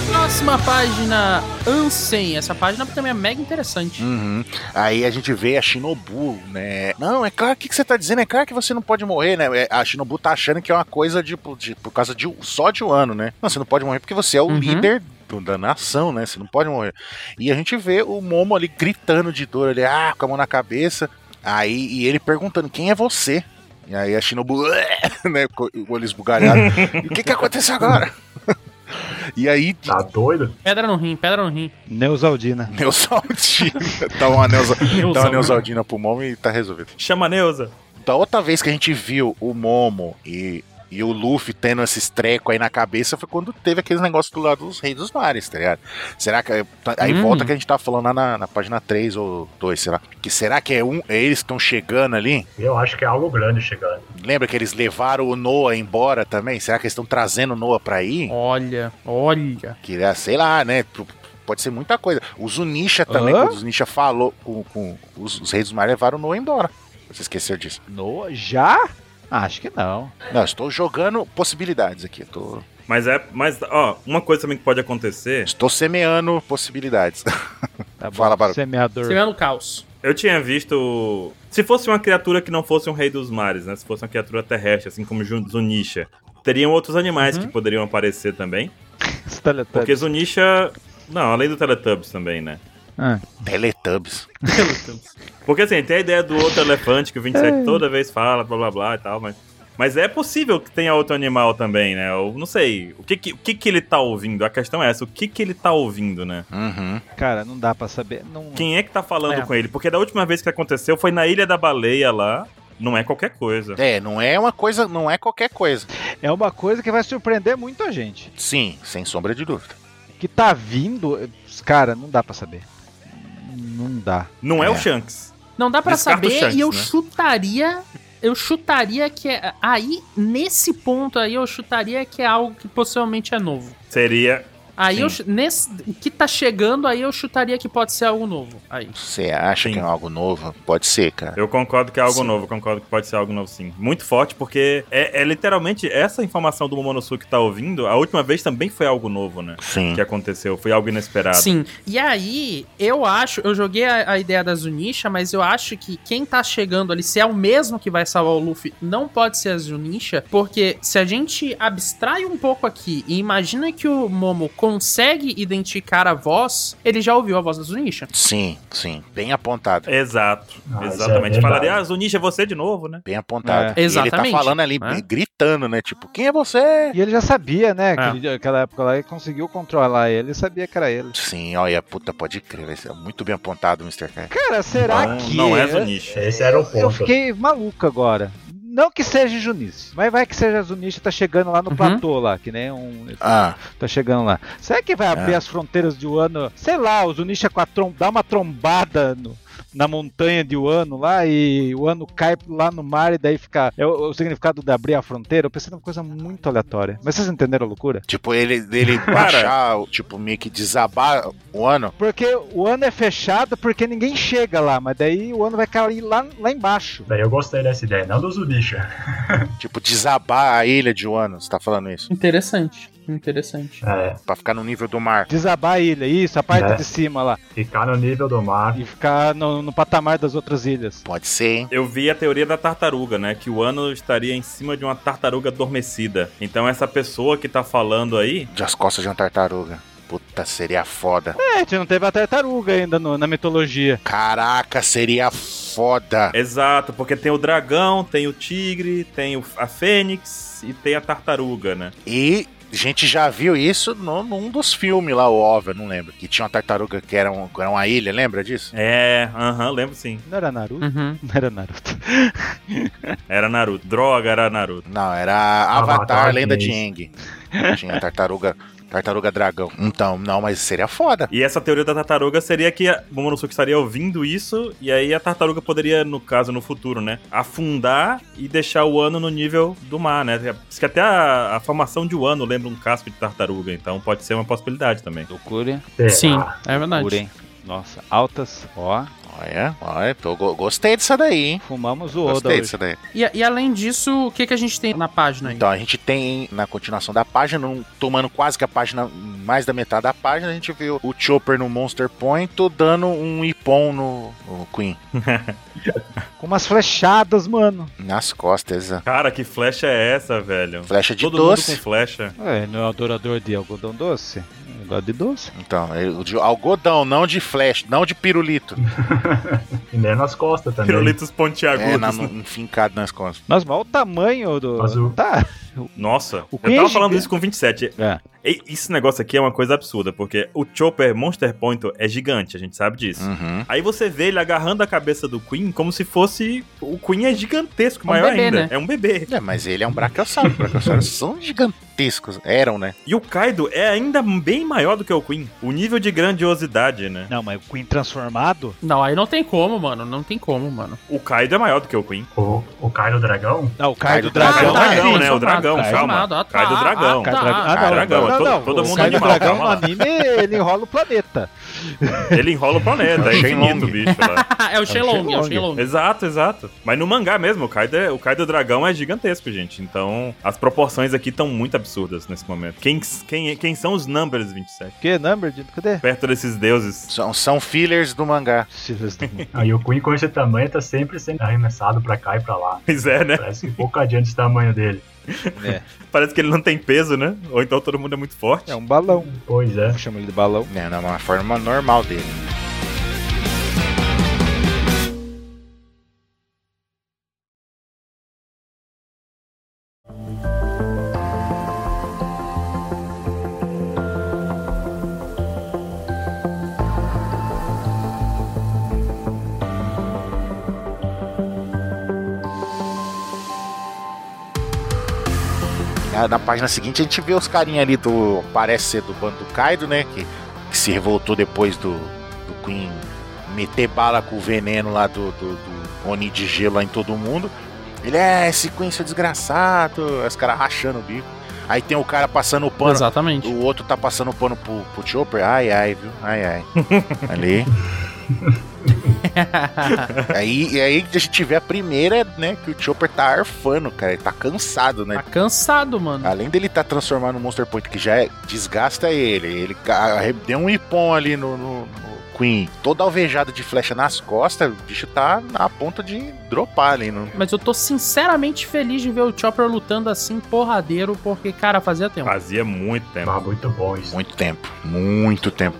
A: Próxima página, Ansem. Essa página também é mega interessante.
C: Uhum. Aí a gente vê a Shinobu, né? Não, é claro, o que, que você tá dizendo? É claro que você não pode morrer, né? É, A Shinobu tá achando que é uma coisa de, de- por causa de só de um ano, né? Não, você não pode morrer porque você é o
A: Uhum.
C: líder do- da nação, né? Você não pode morrer. E a gente vê o Momo ali gritando de dor, ele, ah, com a mão na cabeça. Aí, e ele perguntando, quem é você? E aí a Shinobu, né? Com o olho esbugalhado. E o que que aconteceu agora? e aí,
E: Tá
D: Uhum.
E: doido?
A: Pedra no rim, pedra no rim.
B: Neusaldina.
C: Neusaldina, dá uma Neusa- dá uma
A: Neusaldina.
C: Neusaldina pro Momo e tá resolvido.
D: Chama a Neuza.
C: da outra vez que a gente viu o Momo e, e o Luffy tendo esses trecos aí na cabeça foi quando teve aqueles negócios do lado dos Reis dos Mares, tá ligado? Será que. tá- Aí
A: Hum.
C: volta que a gente tá falando lá na, na página 3 ou 2, sei lá. Que será que é um. É eles que estão chegando ali?
E: Eu acho que é algo grande chegando.
C: Lembra que eles levaram o Noah embora também? Será que eles estão trazendo o Noah pra ir?
A: Olha, olha.
C: Que, ah, sei lá, né? pro- Pode ser muita coisa. O Zunisha também,
B: Hã?
C: quando o Zunisha falou com, com os, os Reis dos Mares, levaram o Noah embora. Você esqueceu disso?
B: No... Já? Ah, Acho que não.
C: Não, eu estou jogando possibilidades aqui. Eu tô,
D: Mas é, mas ó, uma coisa também que pode acontecer,
C: Estou semeando possibilidades.
B: Tá bom.
C: Fala, Baru.
B: Semeador.
A: Você vê no caos.
D: Eu tinha visto. Se fosse uma criatura que não fosse um rei dos mares, né? Se fosse uma criatura terrestre, assim como Jun- Zunisha, teriam outros animais que poderiam aparecer também.
B: Esse Uhum. teletubbies.
D: Porque Zunisha. Não, além do Teletubbies também, né?
B: Ah,
C: Teletubbies.
D: Porque assim, tem a ideia do outro elefante que o 27 toda vez fala, blá blá blá e tal, mas. Mas é possível que tenha outro animal também, né? Eu não sei. O que que, o que que ele tá ouvindo? A questão é essa, o que que ele tá ouvindo, né?
C: Uhum.
B: Cara, não dá pra saber. Não...
D: Quem é que tá falando
B: É.
D: com ele? Porque da última vez que aconteceu foi na Ilha da Baleia lá. Não é qualquer coisa.
C: É, não é uma coisa, não é qualquer coisa.
B: É uma coisa que vai surpreender muito a gente.
C: Sim, sem sombra de dúvida.
B: Que tá vindo. Cara, não dá pra saber. Não dá.
D: Não é, o
C: É.
D: Shanks.
A: Não dá pra
D: Descarta o
A: saber
D: Shanks,
A: e eu
D: né?
A: chutaria. Eu chutaria que é. Aí, nesse ponto aí, eu chutaria que é algo que possivelmente é novo.
D: Seria.
A: Aí
D: Sim.
A: eu. chu- Nesse, que tá chegando, aí eu chutaria que pode ser algo novo. Aí.
C: Você acha
D: Sim.
C: que é algo novo? Pode ser,
E: Tá.
C: cara.
D: Eu concordo que é algo
C: Sim.
D: novo, concordo que pode ser algo novo sim. Muito forte, porque é, é literalmente essa informação do Momonosuke que tá ouvindo, a última vez também foi algo novo, né?
C: Sim.
E: Uhum.
D: Que aconteceu, foi algo inesperado.
A: Sim. E aí, eu acho. Eu joguei a, a ideia da Zunisha, mas eu acho que quem tá chegando ali, se é o mesmo que vai salvar o Luffy, não pode ser a Zunisha. Porque se a gente abstrai um pouco aqui e imagina que o Momo consegue identificar a voz, ele já ouviu a voz da Zunisha.
C: Sim, sim. Bem apontado.
D: É. Exato,
E: Ah, isso
D: exatamente.
E: é verdade.
D: Falaria, ah, Zunisha, você de novo, né?
C: Bem apontado.
A: É.
C: E Ele tá
A: Exatamente,
C: falando ali,
A: né?
C: gritando, né? Tipo, quem é você?
B: E ele já sabia, né? Aquele, Aquela época lá, ele conseguiu controlar ele e sabia que era ele.
C: Sim, olha, puta, pode crer. vai ser Muito bem apontado, Mr. K.
B: Cara, será
D: Não,
B: que.
D: não é Zunisha.
E: Esse era o
B: Eu
E: ponto.
B: fiquei maluco agora. Não que seja Junice, mas vai que seja Junice tá chegando lá no
A: Uhum.
B: platô lá, que nem um
C: Ah,
B: tá chegando lá. Será que vai abrir
C: É.
B: as fronteiras de Wano? Sei lá, o Zunisha com a trom dá uma trombada no- na montanha de Wano lá e o ano cai lá no mar e daí fica. É o, o significado de abrir a fronteira? Eu pensei numa coisa muito aleatória. Mas vocês entenderam a loucura?
C: tipo, ele, ele baixar, tipo, meio que desabar o ano.
B: Porque o ano é fechado porque ninguém chega lá, mas daí o ano vai cair lá, lá embaixo.
E: Daí eu gostei dessa ideia, não do Zunisha.
C: Tipo, desabar a ilha de Wano, você tá falando isso?
A: Interessante. Interessante.
E: É,
C: Pra ficar no nível do mar.
B: Desabar a ilha, isso, a parte
E: É.
B: de cima lá.
E: ficar no nível do mar.
B: E ficar no, no patamar das outras ilhas.
C: Pode ser, hein?
D: Eu vi a teoria da tartaruga, né? Que o ano estaria em cima de uma tartaruga adormecida. Então essa pessoa que tá falando aí,
C: De as costas de uma tartaruga. Puta, seria foda.
B: É, a gente não teve a tartaruga ainda no- na mitologia.
C: Caraca, seria foda.
D: Exato, porque tem o dragão, tem o tigre, tem o- a fênix e tem a tartaruga, né?
C: E a gente já viu isso no, num dos filmes lá, o OVA, não lembro. Que tinha uma tartaruga que era, um- era uma ilha, lembra disso?
D: É, aham, lembro sim.
B: Não era Naruto?
A: Uhum.
B: Não era Naruto.
D: Era Naruto. Droga, era Naruto.
C: Não, era Avatar,
E: Avatar
C: Lenda de Aang.
E: chinês.
C: Tinha a tartaruga, tartaruga dragão. Então, não, mas seria foda.
D: E essa teoria da tartaruga seria que a Momonosuke estaria ouvindo isso, e aí a tartaruga poderia, no caso, no futuro, né? Afundar e deixar o ano no nível do mar, né? Diz que até a, a formação de Wano lembra um casco de tartaruga, então pode ser uma possibilidade também.
B: Loucura, hein?
E: Será?
A: Sim, é verdade.
B: Loucura, hein? Nossa, altas. Ó,
C: Olha, olha, tô, go- gostei disso daí, hein?
B: fumamos o Oda
C: Gostei
B: hoje.
C: disso daí.
A: E, e além disso, o que, que a gente tem na página
D: Né?
A: aí?
C: Então, a gente tem na continuação da página, um- tomando quase que a página, mais da metade da página, a gente viu o Chopper no Monster Point dando um ipom no, no Queen.
B: Com umas flechadas, mano.
C: Nas costas, né?
D: Cara, que flecha é essa, velho?
C: flecha de
D: Todo mundo
C: doce.
D: com flecha.
B: Ué, não é adorador de algodão doce? Eu gosto de doce.
C: Então, eu- de algodão, não de flecha, não de pirulito.
E: E nem nas costas também.
D: Pirulitos pontiagudos.
C: É, na, no, enfincado nas costas.
B: Nossa, mas olha o tamanho do.
E: Azul.
B: Tá.
D: Nossa,
B: O
D: eu
B: Queen é
D: tava falando
B: gigante.
D: isso com 27.
B: É.
D: E Esse negócio aqui é uma coisa absurda, porque o Chopper Monster Point é gigante, a gente sabe disso.
C: Uhum.
D: Aí você vê ele agarrando a cabeça do Queen como se fosse. O Queen é gigantesco,
A: É um
D: maior
A: bebê,
D: ainda.
A: né?
D: É um bebê.
C: É, mas ele é um brachiosauro. Os brachiosauros são gigantescos. Eram, né?
D: E o Kaido é ainda bem maior do que o Queen. O nível de grandiosidade, né?
B: Não, mas o Queen transformado?
A: Não, aí não tem como, mano. Não tem como, mano.
D: O Kaido é maior do que o Queen.
E: O, o Caio Dragão?
B: Não, o Kai do
C: Kai do
D: Dragão,
A: Ah,
B: Dragão.
A: tá,
D: dragão,
A: sim,
D: né? O dragão,
A: formado,
D: calma.
A: formado, ah,
D: Cai do
A: tá,
D: dragão.
A: ah,
B: Kai
A: tá,
B: do Dragão.
A: ah,
B: Ah, não,
D: dragão,
B: não,
D: é todo-
B: não,
D: todo
B: o
D: mundo
B: Kai do
D: animal,
B: Dragão no
D: calma lá.
B: anime, ele enrola o planeta.
D: Ele enrola o
A: Tá,
D: planeta, é
C: Shenlong.
D: infinito o bicho lá.
A: Ah, é o Shenlong, é o
B: Shenlong.
A: Shenlong.
D: Exato, exato. Mas no mangá mesmo, o Kaido, é- o Kaido Dragão é gigantesco, gente. Então, as proporções aqui estão muito absurdas nesse momento. Quem, quem, quem são os Numbers 27?
B: Que, number? né, Cadê?
D: Perto desses deuses.
C: São, são fillers do mangá.
B: Jesus do mundo.
E: Aí o Queen com esse tamanho tá sempre sendo arremessado pra cá e pra lá.
D: Pois é, né?
E: Parece um pouco adiante do tamanho dele.
D: Parece que ele não tem peso, né? Ou então todo mundo é muito forte.
B: É um balão.
E: Pois é.
B: Chama ele de balão.
C: Né, na uma forma normal dele. Na, na página seguinte a gente vê os carinha ali do. Parece ser do bando do Kaido, né? Que, que se revoltou depois do, do Queen meter bala com o veneno lá do, do, do Oni de gelo lá em todo mundo. Ele é esse Queen, seu desgraçado. Aí Os caras rachando o bico. Aí tem o cara passando o pano.
A: Exatamente.
C: O outro tá passando o pano pro, pro Chopper. Ai, ai, viu? Ai, ai. Ali.
A: Tá
C: aí, e aí a gente vê a primeira, né? Que o Chopper tá arfando, cara. Ele tá cansado, né?
A: Tá cansado, mano.
C: Além dele tá transformado no Monster Point, que já é- desgasta ele. Ele ca- arre- deu um ipom ali no, no- no Queen. Todo alvejado de flecha nas costas, o bicho tá na ponta de dropar ali. né? No...
A: Mas eu tô sinceramente feliz de ver o Chopper lutando assim, porradeiro, porque, cara, fazia
B: é um-
A: tempo.
D: Fazia muito tempo.
E: Ah, muito bom isso.
C: Muito tempo, muito tempo.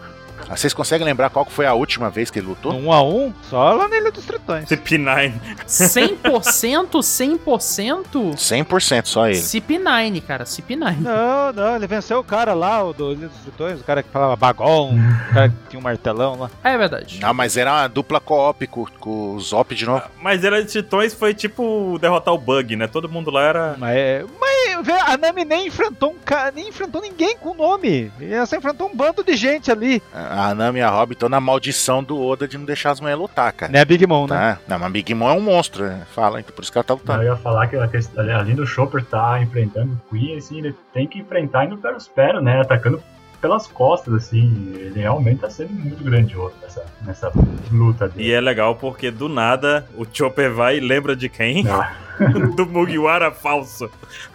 C: Ah, Vocês conseguem lembrar qual que foi a última vez que ele lutou?
B: Um a um, só lá na Ilha dos Tritões.
D: CP9.
A: 100%, 100%,
C: 100% só ele.
A: CP9, cara, CP9.
B: Não, não, ele venceu o cara lá, o do Ilha dos Tritões, o cara que falava bagon, o cara que tinha um martelão lá.
A: É verdade.
C: Não, Ah, mas era uma dupla co-op com, com o Zop de novo.
D: Mas era de titões, foi tipo derrotar o bug, né? Todo mundo lá era.
B: Mas, é- mas vê, a Nami nem enfrentou um cara, nem enfrentou ninguém com nome. Ela só enfrentou um bando de gente ali.
C: A a Nami e a Robin estão na maldição do Oda de não deixar as mulheres lutar, cara.
B: Né, a Big Mom, né?
C: Tá? Não, mas Big Mom é um monstro, né? Fala, então por isso que ela tá lutando.
E: Eu ia falar que a questão- além do Chopper tá enfrentando o Queen, assim, ele tem que enfrentar indo pelos pés, né? Atacando pelas costas, assim. Ele realmente tá sendo muito grandioso nessa, nessa luta dele.
D: E é legal porque do nada o Chopper vai e lembra de quem?
E: Ah,
D: do Mugiwara falso.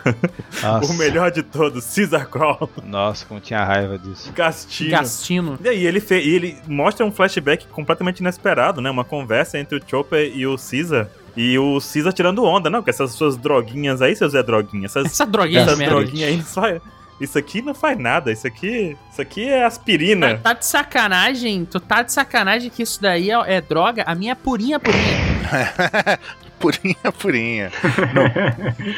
B: Nossa,
D: Tá. O melhor de todos, Caesar Crawl.
B: Nossa, como tinha raiva disso.
D: Castilho.
A: Gastino.
D: E aí ele, fe- e ele mostra um flashback completamente inesperado, né? Uma conversa entre o Chopper e o Caesar. E o Caesar tirando onda, não, com essas suas droguinhas aí, seu Zé Droguinha. Essas,
A: Essa droguinha da
D: essas
A: merda.
D: droguinhas aí não faz... Isso aqui não faz nada, isso aqui. Isso aqui é
A: Tá,
D: aspirina.
A: tá de sacanagem? Tu tá de sacanagem que isso daí é, é droga? A minha é purinha, purinha.
C: purinha, purinha.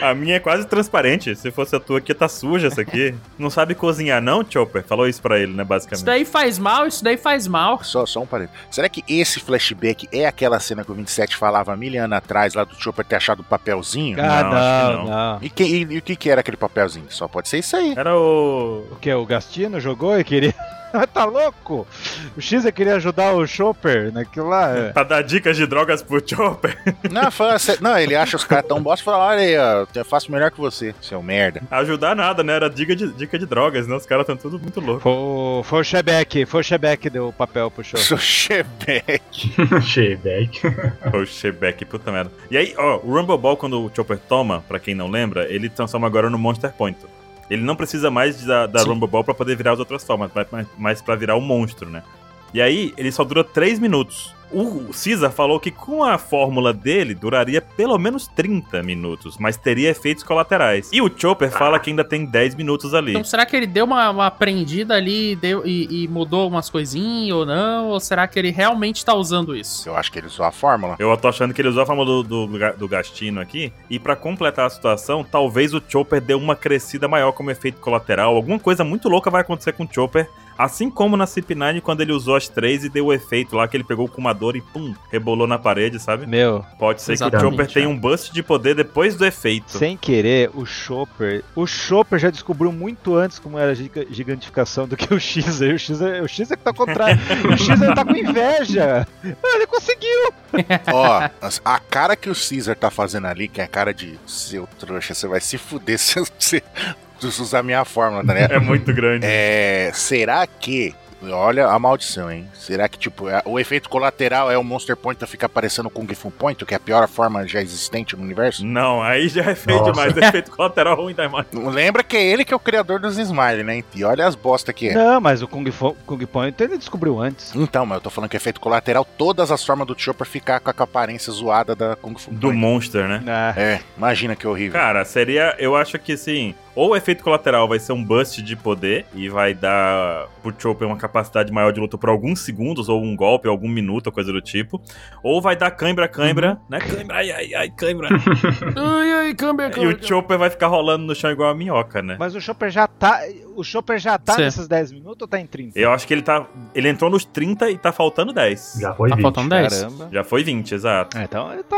D: A minha é quase transparente. Se fosse a tua aqui, tá suja essa aqui. Não sabe cozinhar, não, Chopper? Falou isso pra ele, né,
A: Isso
D: basicamente.
A: daí faz mal, isso daí faz mal.
C: Só, só um parênteses. Será que esse flashback é aquela cena que o 27 falava há mil anos atrás, lá do Chopper ter achado o papelzinho?
D: Ah, não, acho que não.
C: E, que- e- e o que, que era aquele papelzinho? Só pode ser isso aí.
D: Era o.
B: O que? O Gastino jogou e queria. Mas tá louco? O Xer queria ajudar o Chopper naquilo lá. é.
D: Pra dar dicas de drogas pro Chopper.
C: Não, fala sé- não, ele acha os caras tão bosta e fala: olha aí, ó, eu faço melhor que você, seu merda.
D: Ajudar nada, né? Era dica de, dica de drogas, né? Os caras estão tudo muito loucos.
B: Foi o, foi o Shebeck, foi o Shebeck que deu o papel pro Chopper.
C: Seu chebeque.
E: Shebeck.
D: O Shebeck, puta merda. E aí, ó, o Rumble Ball, quando o Chopper toma, pra quem não lembra, ele transforma agora no Monster Point. Ele não precisa mais da, da
A: Sim.
D: Rumble Ball pra poder virar as outras formas, mas, mas, mas pra virar o monstro, né? E aí, ele só dura 3 minutos. O Caesar falou que com a fórmula dele, duraria pelo menos 30 minutos, mas teria efeitos colaterais. E o Chopper fala que ainda tem 10 minutos ali.
A: Então será que ele deu uma, uma prendida ali deu- e, e mudou umas coisinhas ou não? Ou será que ele realmente tá usando isso?
C: Eu acho que ele usou a fórmula.
D: Eu tô achando que ele usou a fama do, do, do Gastino aqui. E pra completar a situação, talvez o Chopper dê uma crescida maior como efeito colateral. Alguma coisa muito louca vai acontecer com o Chopper. Assim como na CP9, quando ele usou as três e deu o efeito lá, que ele pegou com uma dor e pum, rebolou na parede, sabe?
B: Meu,
D: Pode ser que o
A: Exatamente,
D: Chopper tenha um bust de poder depois do efeito.
B: sem querer, o Chopper. O Chopper já descobriu muito antes como era a giga- gigantificação do que o Xer. O Xer, o Xer que tá ao contrário. o Xer tá com inveja. Ah, Ele conseguiu.
C: Ó, as- a cara que o Caesar tá fazendo ali, que é a cara de seu trouxa, você vai se fuder se você se você usar a minha fórmula, tá ligado?
D: É muito grande.
C: É, será que Olha a maldição, hein? Será que, tipo, é- o efeito colateral é o Monster Point ficar parecendo com o Kung Fu Point, que é a pior forma já existente no universo?
D: Não, aí já é feio
E: Nossa.
D: demais. É efeito colateral ruim da imagem.
C: Lembra que é ele que é o criador dos Smile, né? E olha as bosta que é.
B: Não, mas o Kung, Fo Kung Point ele descobriu antes.
C: Então, mas eu tô falando que é efeito colateral todas as formas do Chopper ficar com a aparência zoada da Kung Fu
D: Do
C: Point.
D: Monster, né?
B: Ah,
C: É, imagina que horrível.
D: Cara, seria. Eu acho que assim. Ou o efeito colateral vai ser um bust de poder e vai dar pro Chopper uma capacidade maior de luta por alguns segundos, ou um golpe, algum minuto, ou coisa do tipo. Ou vai dar cãibra, cãibra,
B: Uhum.
D: né? Cãibra, ai, ai, ai, cãibra.
A: Ai, ai, câmbio,
D: e o Chopper vai ficar rolando no chão igual a minhoca, né?
B: Mas o Chopper já tá. O Chopper já tá
A: Sim.
B: nesses 10 minutos ou tá em 30?
D: Eu acho que ele tá. Ele entrou nos 30 e tá faltando 10. Já,
E: Já foi
A: Tá
E: 20.
A: faltando
C: é.
A: 10?
D: foi 20, exato.
B: Ah, Então ele tá.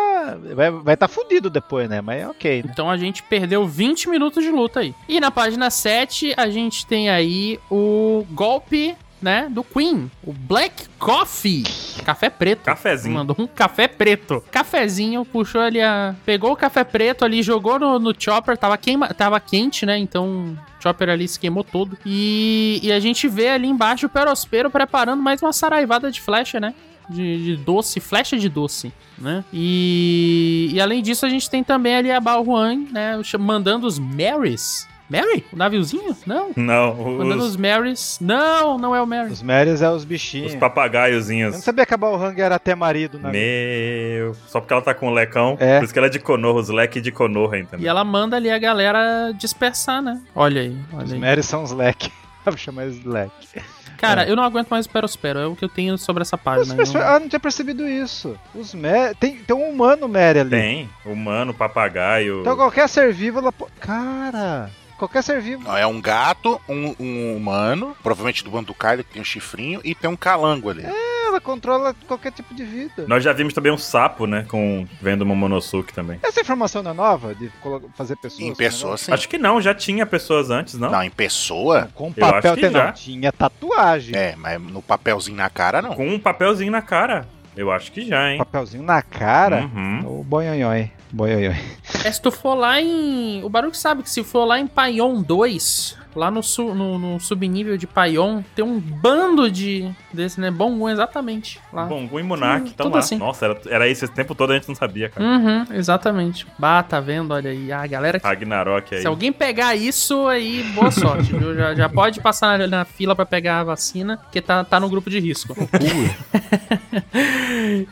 B: Vai estar vai tá fudido depois, né? Mas é ok, né?
A: Então a gente perdeu 20 minutos de luta aí. E na página 7 a gente tem aí o golpe, né, do Queen, o Black Coffee, café preto.
D: Cafezinho.
A: Mandou um café preto. Cafezinho, puxou ali a. Pegou o café preto ali, jogou no, no chopper, tava, queima, tava quente, né? Então o chopper ali se queimou todo. E, e a gente vê ali embaixo o perospero preparando mais uma saraivada de flecha, né? De, de doce, flecha de doce, né? E, e além disso, a gente tem também ali a Balruan, né? cha- Mandando os Marys. Mary? O naviozinho? Não.
D: Não,
B: um
A: Mandando
D: os,
A: os Marys. Não, não é o Mary.
B: Os Marys é os
D: os
B: bichinhos. Eu não
D: papagaiozinhos.
B: sabia que a Balrang era até marido, né?
D: Meu. Só porque ela tá com o lecão.
B: É.
D: Por isso que ela é de Konoha, os leques de Konoha, entendeu?
A: E ela manda ali a galera dispersar, né? Olha aí,
B: Os
A: olha aí.
B: Marys são os leque. Vou chamar eles de leque.
A: Cara, eu não aguento mais o Perospero, é o que eu tenho sobre essa
B: Os
A: página.
B: pessoas-
A: Eu-
B: Ah, não tinha percebido isso. Os Mary. Tem, tem um humano Mary ali.
D: Tem. Humano, papagaio.
B: Então qualquer ser vivo, ela. po- Cara! Qualquer ser vivo.
C: Ó, É um gato, um, um humano, provavelmente do bando do Kylo, que tem um chifrinho, e tem um calango ali.
D: É,
B: Ela controla qualquer tipo de vida.
D: Nós já vimos também um sapo, né? Com vendo uma Momonosuke também.
B: Essa informação não é nova? De colo- fazer pessoas.
C: em
B: né?
C: pessoa, sim. Tá.
D: Acho que não, já tinha pessoas antes, não?
C: Não, em pessoa?
B: Com
D: Eu acho
B: papel
D: que
B: tem,
D: já.
B: não. Tinha tatuagem.
C: É, mas no papelzinho na cara, não.
D: Com um papelzinho na cara. Eu acho que já, hein?
B: Papelzinho na cara.
D: Uhum.
B: O boionhói. Boionhói.
A: É, se tu for lá em. O Baruch sabe que se for lá em Paion 2, lá no, su- no, no subnível de Paion, tem um bando de. desse, né? Bom, exatamente. Lá.
D: Bom, e Monark
A: Hum,
D: estão
A: tudo
D: lá.
A: assim.
D: Nossa, era, era isso esse tempo todo a gente não sabia, cara.
A: Uhum, exatamente. Bah, tá vendo? Olha aí. Ah, galera.
D: Ragnarok aí.
A: Se alguém pegar isso aí, boa sorte, viu? Já, já pode passar na, na fila pra pegar a vacina, porque tá, tá no grupo de risco.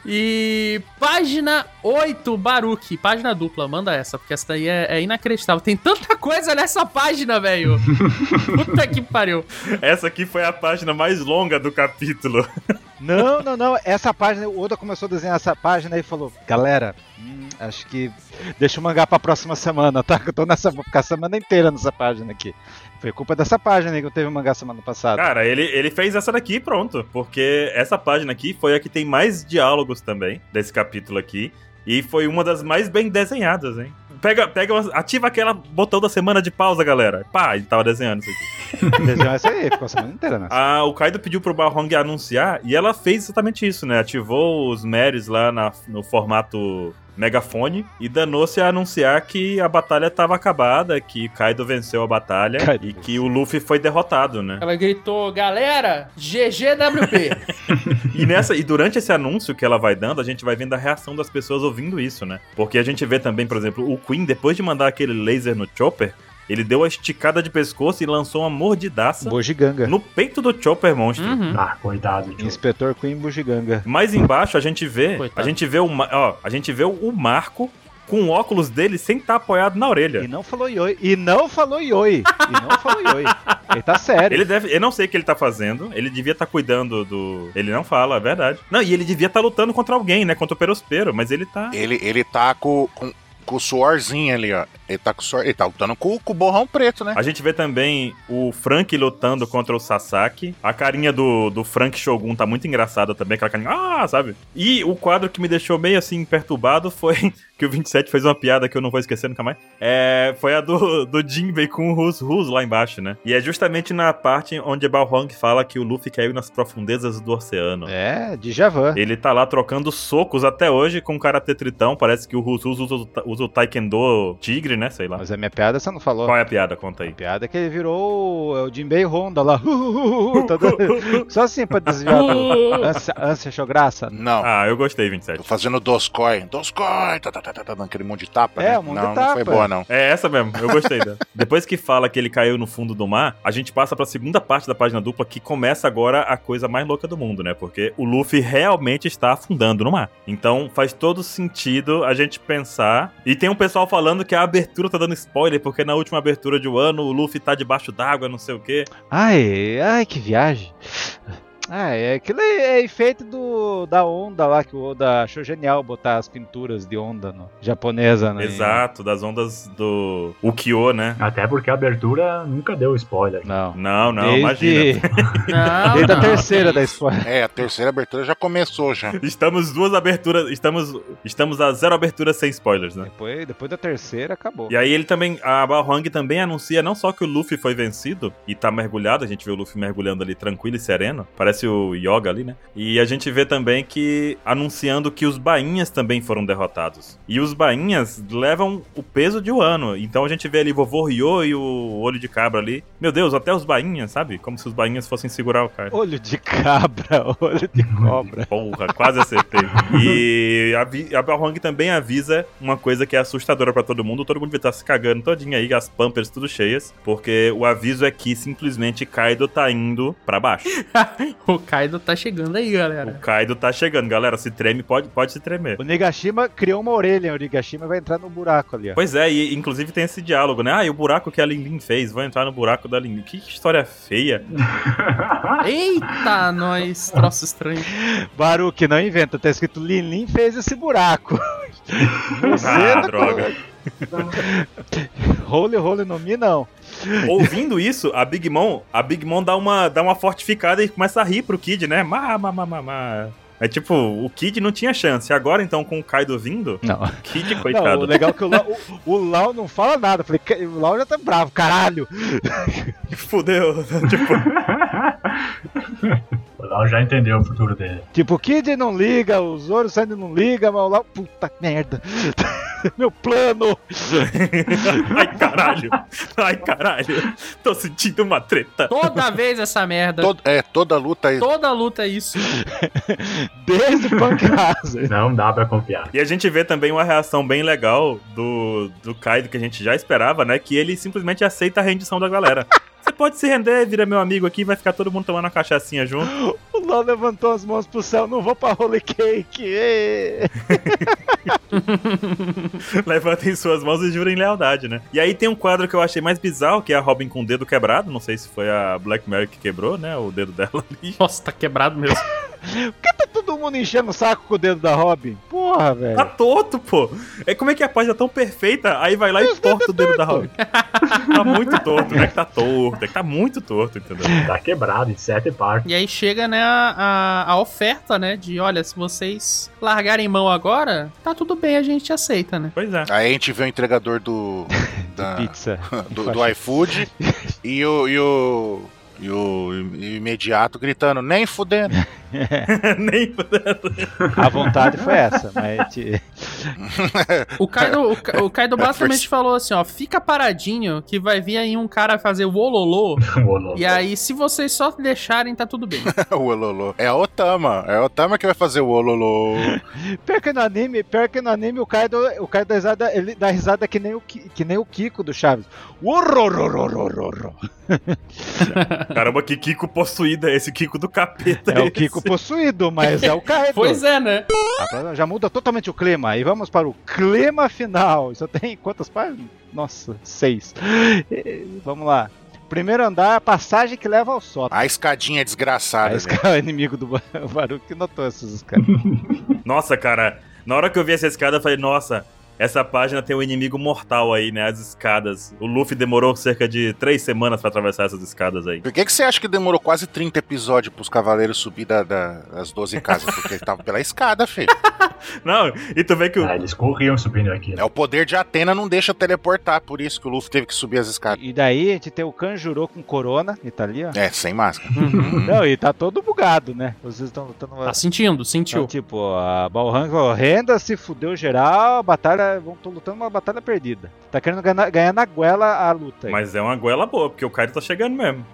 A: e página 8, Baruque. Página dupla, manda essa, porque essa daí é, é inacreditável. Tem tanta coisa nessa página, velho. Puta que pariu.
D: Essa aqui foi a página mais longa do capítulo.
B: Não, não, não. Essa página, o Oda começou a desenhar essa página e falou: Galera, hum, acho que deixa o mangá pra próxima semana, tá? Que eu tô nessa. Vou ficar a semana inteira nessa página aqui. Foi culpa dessa página aí que eu teve o mangá semana passada.
D: Cara, ele, ele fez essa daqui e pronto. Porque essa página aqui foi a que tem mais diálogos também, desse capítulo aqui. E foi uma das mais bem desenhadas, hein? Pega, pega, uma- ativa aquela botão da semana de pausa, galera. Pá, ele tava desenhando isso aqui.
B: Desenhou essa é aí, ficou a semana inteira né? nessa.
D: Ah, o Kaido pediu pro Balrog anunciar e ela fez exatamente isso, né? Ativou os Meres lá na- no formato megafone e danou-se a anunciar que a batalha tava acabada, que Kaido venceu a batalha
B: Kaido
D: e que o Luffy foi derrotado, né?
A: Ela gritou, galera, GGWP.
D: E nessa e durante esse anúncio que ela vai dando, a gente vai vendo a reação das pessoas ouvindo isso, né? Porque a gente vê também, por exemplo, o Queen depois de mandar aquele laser no Chopper, ele deu a esticada de pescoço e lançou uma mordidaça
B: Bojiganga.
D: no peito do Chopper monstro.
A: Uhum.
E: Ah, coitado, tio.
B: Inspetor Queen Bojiganga.
D: Mais embaixo a gente vê,
A: Coitado.
D: a gente vê o, ma- ó, a gente vê o Marco com o óculos dele sem estar apoiado na
B: E
D: orelha.
B: não falou ioi. E não falou ioi. E não falou ioi. Ele tá sério.
D: Ele deve, eu não sei o que ele tá fazendo, ele devia estar cuidando do, ele não fala, é verdade. Não, e ele devia estar lutando contra alguém, né, contra o Perospero, mas ele tá
C: Ele, ele tá com, com, com o suorzinho ali, ó. Ele tá com suor. Ele tá lutando com, com o borrão preto, né?
D: A gente vê também o Frank lutando contra o Sasaki. A carinha do, do Frank Shogun tá muito engraçada também, aquela carinha, ah, sabe? E o quadro que me deixou meio assim perturbado foi que o 27 fez uma piada que eu não vou esquecer nunca mais. É, foi a do, do Jinbei com o Rus Rus lá embaixo, né? E é justamente na parte onde Balrog fala que o Luffy caiu nas profundezas do oceano.
B: É, Djavan.
D: Ele tá lá um trocando socos até hoje com o Karate Tritão. Parece que o Rusus usa, o ta- usa o Taekwondo Tigre, né? Sei lá.
B: Mas a minha piada você não falou.
D: Qual é a piada? Conta
B: A
D: aí.
B: piada é que ele virou o- é o Jinbei Honda lá. Tá dando- Só assim pra desviar do... Ânsia, ânsia achou graça? né?
C: Não.
D: Ah, eu gostei,
C: Tô
D: 27.
C: fazendo Doscoin. Doscoin! Tá, tá, tá, tá, tá, dando aquele monte de tapa.
B: É,
C: né?
B: um monte de
C: não, não foi
B: tapa.
C: boa, não.
D: É essa mesmo, eu gostei dela. Depois que fala que ele caiu no fundo do mar, a gente passa pra segunda parte da página dupla que começa agora a coisa mais louca do mundo, né? Porque o Luffy realmente está afundando no mar. Então faz todo sentido a gente pensar. E tem um pessoal falando que a abertura tá dando spoiler, porque na última abertura de Wano o Luffy tá debaixo d'água, não sei o quê.
B: Ai, ai, que viagem. Ah, é aquilo é, é efeito do, da onda lá que o Oda achou genial botar as pinturas de onda no, japonesa, né?
D: Exato, das ondas do Ukyo, né?
E: Até porque a abertura nunca deu spoiler.
B: Não.
D: Não, não, imagina.
B: Desde,
A: Ah, Não,
B: desde a
A: não.
B: terceira da escola.
C: É, a terceira abertura já começou já.
D: Estamos duas aberturas, estamos estamos a zero abertura sem spoilers, né?
B: Depois, depois da terceira acabou.
D: E aí ele também, a Balrog também anuncia não só que o Luffy foi vencido e tá mergulhado, a gente vê o Luffy mergulhando ali tranquilo e sereno, parece o Yoga ali, né? E a gente vê também que anunciando que os bainhas também foram derrotados. E os bainhas levam o peso de um ano. Então a gente vê ali vovô Ryo e o olho de cabra ali. Meu Deus, até os bainhas, sabe? Como se os bainhas fossem segurar o cara.
B: Olho de cabra, olho de cobra.
D: Porra, quase acertei. E a, Vi- a Balrog também avisa uma coisa que é assustadora pra todo mundo. Todo mundo vai estar se cagando todinho aí, as pampers tudo cheias. Porque o aviso é que simplesmente Kaido tá indo pra baixo.
A: O Kaido tá chegando aí,
D: O
A: galera.
D: Kaido tá chegando, galera. Se treme, pode, pode se tremer.
B: O Nigashima criou uma orelha, o Nigashima vai entrar no buraco ali, ó.
D: Pois é, e inclusive tem esse diálogo, né? Ah, e o buraco que a Lin Lin fez, vou entrar no buraco da Lin Lin. Que história feia.
A: Eita, nós, troço estranho.
B: Baruque, não inventa, tá escrito Lilin fez esse buraco. Você
D: Ah,
B: não-
D: droga.
C: Ah.
B: Role, role no Mi, não.
D: Ouvindo isso, a Big Mom, a Big Mom dá uma, dá uma fortificada e começa a rir pro Kid, né? Ma, ma, ma, ma, ma. É tipo, o Kid não tinha chance. Agora, então, com o Kaido vindo,
B: Não.
D: o Kid,
B: Não, o
D: coitado.
B: legal é que o Lau, o, o Lau não fala nada. Eu Falei, "Ca- o Lau já tá bravo, caralho.
D: Fudeu. tipo,
E: O Lau já entendeu o futuro dele.
B: Tipo, o Kid não liga, o Zoro Sandy não liga, mas o Lau, puta merda. Meu plano.
D: ai, caralho. Ai, caralho. Tô sentindo uma treta.
A: Toda vez essa merda.
C: Todo- é, toda luta aí.
A: Toda luta é isso.
B: Desde Punk Hazard.
E: Não dá pra confiar.
D: E a gente vê também uma reação bem legal do, do Kaido, que a gente já esperava, né? Que ele simplesmente aceita a rendição da galera. Você pode se render, vira meu amigo aqui, vai ficar todo mundo tomando uma cachaçinha junto.
B: O Lau levantou as mãos pro céu, não vou pra Holy Cake. ê.
D: Levantem suas mãos e jurem lealdade, né? E aí tem um quadro que eu achei mais bizarro, que é a Robin com o dedo quebrado. Não sei se foi a Black Mary que quebrou, né? O dedo dela ali.
A: Nossa, tá quebrado mesmo.
B: Por que tá todo mundo enchendo o saco com o dedo da Robin? Porra,
D: Tá
B: velho.
D: torto, pô. É como é que a página é tão perfeita? Aí vai lá e torta o dedo da Robin. tá muito torto, não é que tá torto, é que tá muito torto, entendeu?
E: Tá quebrado em sete partes.
A: E aí chega, né, a, a- a oferta, né? De olha, se vocês largarem mão agora, tá tudo bem, a gente aceita, né?
D: Pois é.
C: Aí a gente vê o entregador do. da-
B: Pizza.
C: Ah. do, do iFood e o. E o... E o imediato gritando, nem fudendo.
D: Nem
B: A vontade foi essa, mas. te-
A: O Kaido, o, Ka- o Kaido basicamente
C: Força.
A: falou assim, ó, fica paradinho que vai vir aí um cara fazer o ololô.
E: O Lau.
A: E aí, se vocês só deixarem, tá tudo bem.
C: o Ololô. É a Otama. É a Otama que vai fazer o Ololô.
B: Pior que no anime, pior que no anime, o Kaido, o Kaido dá risada, ele dá risada que nem o, Ki- que nem o Kiko do Chaves. Uorororororororor.
D: Caramba, que Kiko possuída, esse Kiko do capeta.
B: É o
D: esse.
B: Kiko possuído, mas é o Kaido.
A: Pois é, né?
B: Agora Já muda totalmente o clima. E vamos para o clima final. Isso tem quantas páginas? Nossa, seis. Eh, Vamos lá. Primeiro andar, a passagem que leva ao sótão.
C: A escadinha é desgraçada.
B: Ah,
C: velho.
B: esse cara é inimigo do Ba- o Baruque que notou esses caras.
D: Nossa, cara, na hora que eu vi essa escada, eu falei, nossa, essa página tem um inimigo mortal aí, né? As escadas. O Luffy demorou cerca de três semanas pra atravessar essas escadas aí.
C: Por que, que você acha que demorou quase 30 episódios pros cavaleiros subir da- da- das 12 casas? Porque ele tava pela escada, filho.
D: Não, e tu vê que o.
E: Ah, eles corriam subindo aqui. né?
C: É o poder de Atena não deixa teleportar, por isso que o Luffy teve que subir as escadas.
B: E daí a gente tem o Kanjuro com corona, e tá ali, ó.
C: É, sem máscara.
B: Não, e tá todo bugado, né? Vocês estão lutando.
A: Tá sentindo,
B: Então,
A: sentiu.
B: tipo, a Balrang falou, renda se fudeu geral, a batalha tá. Vão tô lutando uma batalha perdida. Tá querendo ganhar, ganhar na goela a luta. aí.
D: Mas é uma goela boa, porque o Kaido tá chegando mesmo.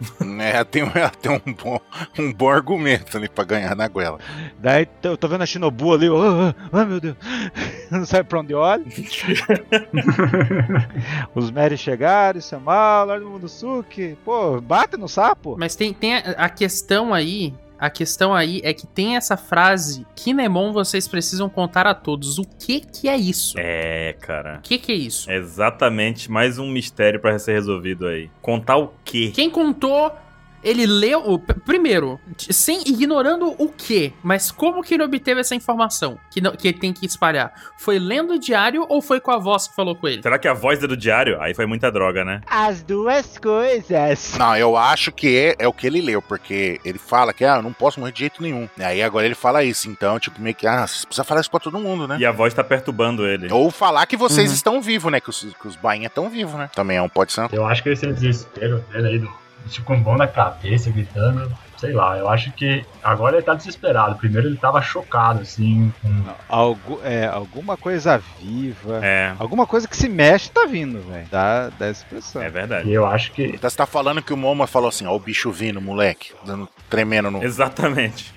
C: É, tem, tem um, bom, um bom argumento ali pra ganhar na goela.
B: Daí t- eu tô vendo a Shinobu ali, ó, ó, ó, ai, meu Deus. Não sabe pra onde olha. Os Mary chegaram, isso é mal, Lorde Mundosuke. Pô, bate no sapo.
A: Mas tem, tem a, a questão aí. A questão aí é que tem essa frase: Kinemon, vocês precisam contar a todos. O que que é isso?
D: É, cara.
A: O que que é isso?
D: Exatamente, mais um mistério pra ser resolvido aí. Contar o quê?
A: Quem contou, ele leu. o- p- Primeiro, t- sem ignorando o quê, mas como que ele obteve essa informação que, não- que ele tem que espalhar? Foi lendo o diário ou foi com a voz que falou com ele?
D: Será que a voz é do diário? Aí foi muita droga, né?
B: As duas coisas.
C: Não, eu acho que é, é o que ele leu, porque ele fala que, ah, eu não posso morrer de jeito nenhum. E aí agora ele fala isso, então, tipo, meio que, ah, você precisa falar isso pra todo mundo, né?
D: E a voz tá perturbando ele.
C: Ou falar que vocês
A: Uhum.
C: estão vivos, né? Que os, que os bainha estão vivos, né? Também é um pode ser.
E: Eu acho que esse desespero dele aí, do chucumbão na cabeça, gritando, sei lá, eu acho que agora ele tá desesperado. Primeiro ele tava chocado, assim, com
B: Algu é, alguma coisa viva.
D: É,
B: Alguma coisa que se mexe tá vindo, velho. Dá, dá essa impressão.
D: é
E: e
D: verdade.
E: eu acho que
C: Então você tá falando que o Momo falou assim, ó o bicho vindo, moleque. Dando, tremendo no...
D: Exatamente.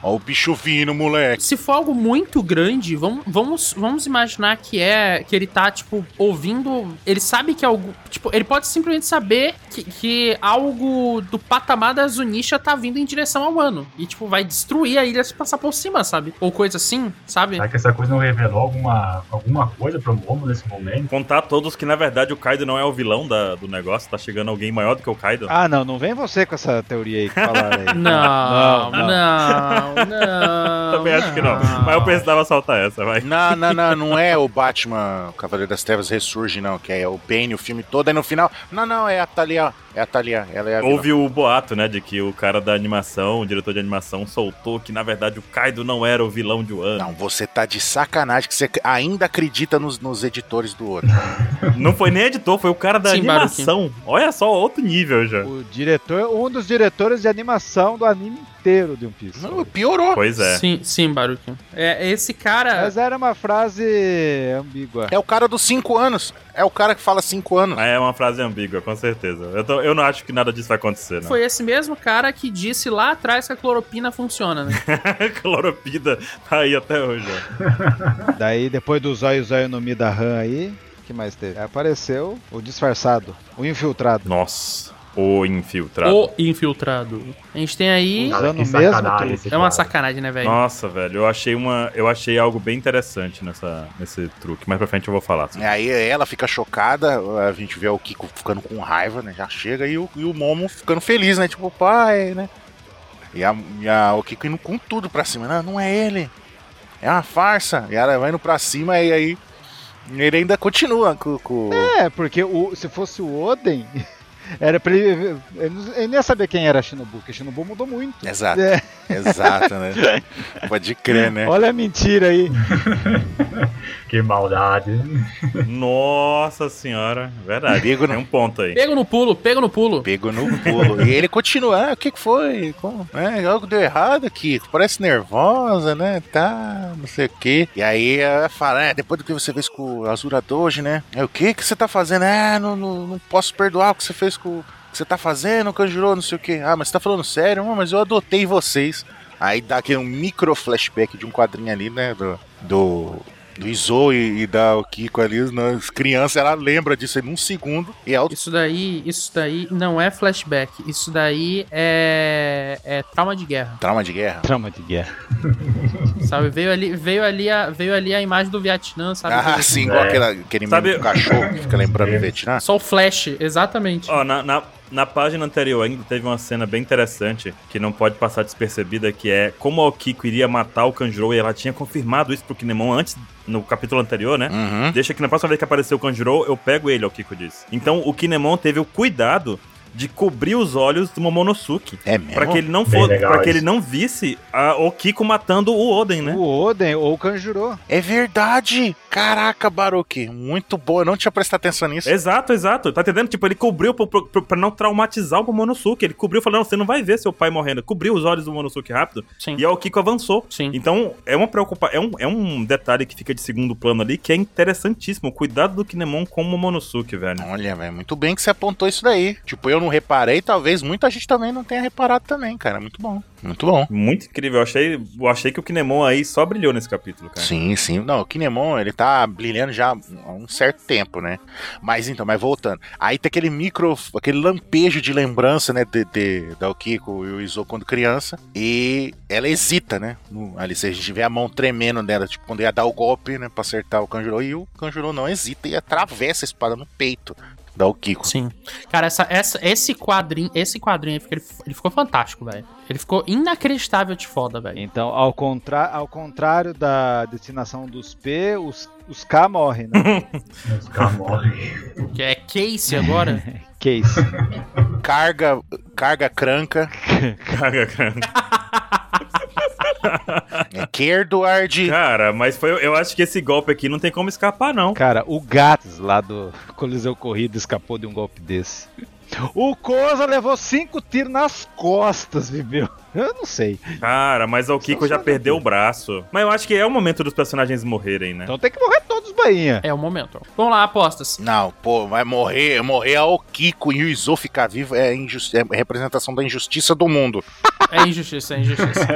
C: Ó o bicho vindo, moleque.
A: Se for algo muito grande, vamos, vamos, vamos imaginar que é que ele tá, tipo, ouvindo. Ele sabe que algo. Tipo, ele pode simplesmente saber que, que algo do patamar da Zunisha tá vindo em direção ao ano. E, tipo, vai destruir a ilha se passar por cima, sabe? Ou coisa assim, sabe?
E: será que essa coisa não revelou alguma, alguma coisa pro Momo nesse momento?
D: Contar a todos que, na verdade, o Kaido não é o vilão da- do negócio. Tá chegando alguém maior do que o Kaido.
B: Ah, não, não vem você com essa teoria aí que falaram aí.
A: Não, não,
B: Não, não.
A: não.
D: Também acho que não. Mas eu precisava saltar essa, vai.
C: Não, não, não, não é o Batman, o Cavaleiro das Trevas ressurge, não, que é o Bane, o filme todo, aí no final, não, não, é a Thalia, é a Thalia, ela é a vilã.
D: Houve o boato, né, de que o cara da animação, o diretor de animação, soltou que, na verdade, o Kaido não era o vilão de Wano.
C: Não, você tá de sacanagem que você ainda acredita nos, nos editores do outro.
D: Não foi nem editor, foi o cara da
A: Sim, Baruch.
D: animação. Olha só, outro nível já.
B: O diretor, um dos diretores de animação do anime inteiro de um Piece.
C: Não, piorou.
D: Pois é.
A: Sim, sim, Baruque. É, esse cara.
B: Mas era uma frase ambígua.
C: É o cara dos 5 anos. É o cara que fala 5 anos.
D: É uma frase ambígua, com certeza. Eu, tô- eu não acho que nada disso vai acontecer, não.
A: Foi esse mesmo cara que disse lá atrás que a cloropina funciona, né?
D: Cloropida tá aí até hoje, ó.
B: Daí, depois do Zóio Zóio no Mi da Han aí, o que mais teve? Apareceu o disfarçado, o infiltrado.
D: Nossa, o infiltrado.
A: O infiltrado. A gente tem aí.
B: Usando
E: que
B: o mesmo truque.
E: esse
A: É uma
E: cara.
A: sacanagem, né, velho?
D: Nossa, velho, eu achei uma. Eu achei algo bem interessante nessa, nesse truque. Mais pra frente eu vou falar.
C: E Né, Aí ela fica chocada, a gente vê o Kiko ficando com raiva, né? Já chega e o, e o Momo ficando feliz, né? Tipo, pai, né? E, a, e a- o Kiko indo com tudo pra cima. Não, não é ele. É uma farsa. E ela vai indo pra cima e aí ele ainda continua com. com-
B: É, porque o- se fosse o Oden, era pra ele. Ele, não- ele nem ia saber quem era a Shinobu, porque a Shinobu mudou muito.
C: Exato,
B: É.
C: exato, né? Pode crer, né?
B: Olha a mentira aí.
E: Que maldade.
D: Nossa senhora, verdade.
C: Perigo É. não.
D: Tem um ponto aí.
A: Pego no pulo, pego no pulo.
C: Pego no pulo. e ele continua, ah, o que que foi? Como? É, algo deu errado aqui. Parece nervosa, né? Tá, não sei o quê. E aí ela fala, é, depois do que você fez com o Azura Doge, né? É, o que que você tá fazendo? É, não, não, não posso perdoar o que você fez com... O que você tá fazendo, Kanjuro, não sei o quê. Ah, mas você tá falando sério? Ah, mas eu adotei vocês. Aí dá aquele um micro flashback de um quadrinho ali, né? Do... do... Do Izou e, e da Kiko ali, as crianças, ela lembra disso em um segundo. E é o
A: Isso daí, isso daí não é flashback. Isso daí é. é trauma de guerra.
C: trauma de guerra.
B: Trauma de guerra.
A: Sabe? Veio ali, veio ali a, veio ali a imagem do Vietnã, sabe?
C: Ah, sim, igual
E: É.
C: aquela, aquele meme
D: Tá Sabe-
C: do cachorro que fica lembrando do
E: É.
C: Vietnã.
A: Só o flash, exatamente.
D: Ó, na, na, na página anterior ainda teve uma cena bem interessante que não pode passar despercebida, que é como a Kiko iria matar o Kanjuro e ela tinha confirmado isso pro Kinemon antes, no capítulo anterior, né?
C: Uhum.
D: Deixa que na próxima vez que aparecer o Kanjuro, eu pego ele, o Kiko disse. Então o Kinemon teve o cuidado de cobrir os olhos do Momonosuke.
C: É mesmo?
D: Pra que ele não
E: Bem
D: fosse,
E: legal
D: para que ele
E: isso.
D: não visse a- o Kiko matando o Oden, né?
B: O Oden ou o Kanjuro.
C: É verdade! Caraca, Baruque, muito boa. Eu não tinha prestado atenção nisso.
D: Exato, exato. Tá entendendo? Tipo, ele cobriu pro- pro- pro- pra não traumatizar o Momonosuke. Ele cobriu falando, você não vai ver seu pai morrendo. Cobriu os olhos do Momonosuke rápido.
A: Sim.
D: E aí o Kiko avançou.
A: Sim.
D: Então, é uma preocupação. É um, é um detalhe que fica de segundo plano ali que é interessantíssimo. O cuidado do Kinemon com o Momonosuke, velho.
C: Olha, velho, muito bem que você apontou isso daí. Tipo, eu não reparei, talvez muita gente também não tenha reparado também, cara. Muito bom. Muito bom.
D: Muito incrível. Eu achei, eu achei que o Kinemon aí só brilhou nesse capítulo, cara.
C: Sim, sim. Não, o Kinemon, ele tá brilhando já há um certo tempo, né? Mas então, mas voltando. Aí tem aquele micro, aquele lampejo de lembrança, né, de, de, da Okiko e o Izo quando criança. E ela hesita, né? No, ali, se a gente vê a mão tremendo dela, tipo, quando ia dar o golpe, né, pra acertar o Kanjuro. E o Kanjuro não hesita e atravessa a espada no peito da Okiko.
A: Sim. Cara, essa, essa- esse quadrinho, esse quadrinho, ele, fica- ele, ele ficou fantástico, velho. Ele ficou inacreditável de foda, velho.
B: Então, ao, contra ao contrário da destinação dos P, os, os K morrem, né?
E: Os caras morrem.
A: Que é Case agora.
B: Case.
C: Carga, carga cranca.
D: Cara, cara.
C: É Kerduard.
D: Cara, mas foi, eu acho que esse golpe aqui não tem como escapar, não.
B: Cara, o Gats lá do Coliseu Corrida escapou de um golpe desse. O Koza levou cinco tiros nas costas, viveu. Eu não sei.
D: Cara, mas o Kiko já perdeu o braço. Mas eu acho que é o momento dos personagens morrerem, né?
B: Então tem que morrer todos, Bainha.
A: é o momento. Vamos lá, apostas.
C: Não, pô, vai morrer, morrer a Okiko e o Izo ficar vivo é, injusti- é representação da injustiça do mundo.
A: É injustiça, é injustiça.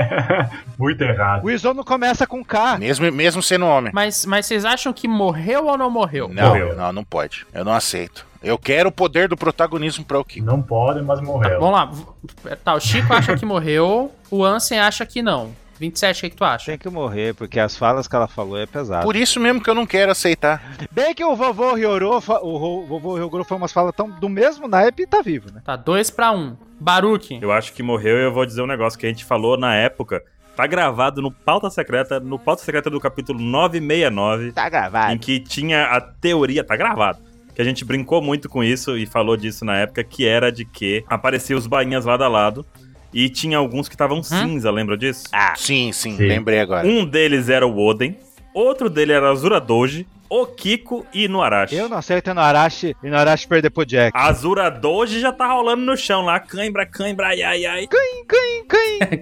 E: Muito errado.
B: O Isono começa com K.
C: Mesmo, mesmo sendo homem.
A: Mas, mas vocês acham que morreu ou não morreu?
C: Não,
D: Morreu.
C: não, não pode. Eu não aceito. Eu quero o poder do protagonismo pra Okiko.
E: Não pode, mas morreu.
A: Vamos lá. v- Tá, o Chico acha que morreu, o Ansem acha que não. 27, o que, que tu acha?
B: Tem que morrer, porque as falas que ela falou é pesado.
C: Por isso mesmo que eu não quero aceitar.
B: Bem que o vovô Ryoro, fa- o ro- vovô Ryogoro foi umas falas tão do mesmo naipe e tá vivo, né?
A: Tá, 2 pra 1. Um. Baruque.
D: Eu acho que morreu e eu vou dizer um negócio que a gente falou na época. Tá gravado no Pauta Secreta, no Pauta Secreta do capítulo 969,
B: Tá gravado.
D: em que tinha a teoria, tá gravado, que a gente brincou muito com isso e falou disso na época, que era de que apareciam os bainhas lado a lado e tinha alguns que estavam cinza, lembra disso?
C: Sim, sim,
E: Sim.
C: lembrei agora.
D: Um deles era o Oden, outro dele era a Azura Doji, o Kiko e Inuarashi.
B: Eu não aceito o Arashi e Arashi perder pro Jack.
D: A Azura Doji já tá rolando no chão lá, cãibra, cãibra, ai, ai, ai.
B: Caim, caim.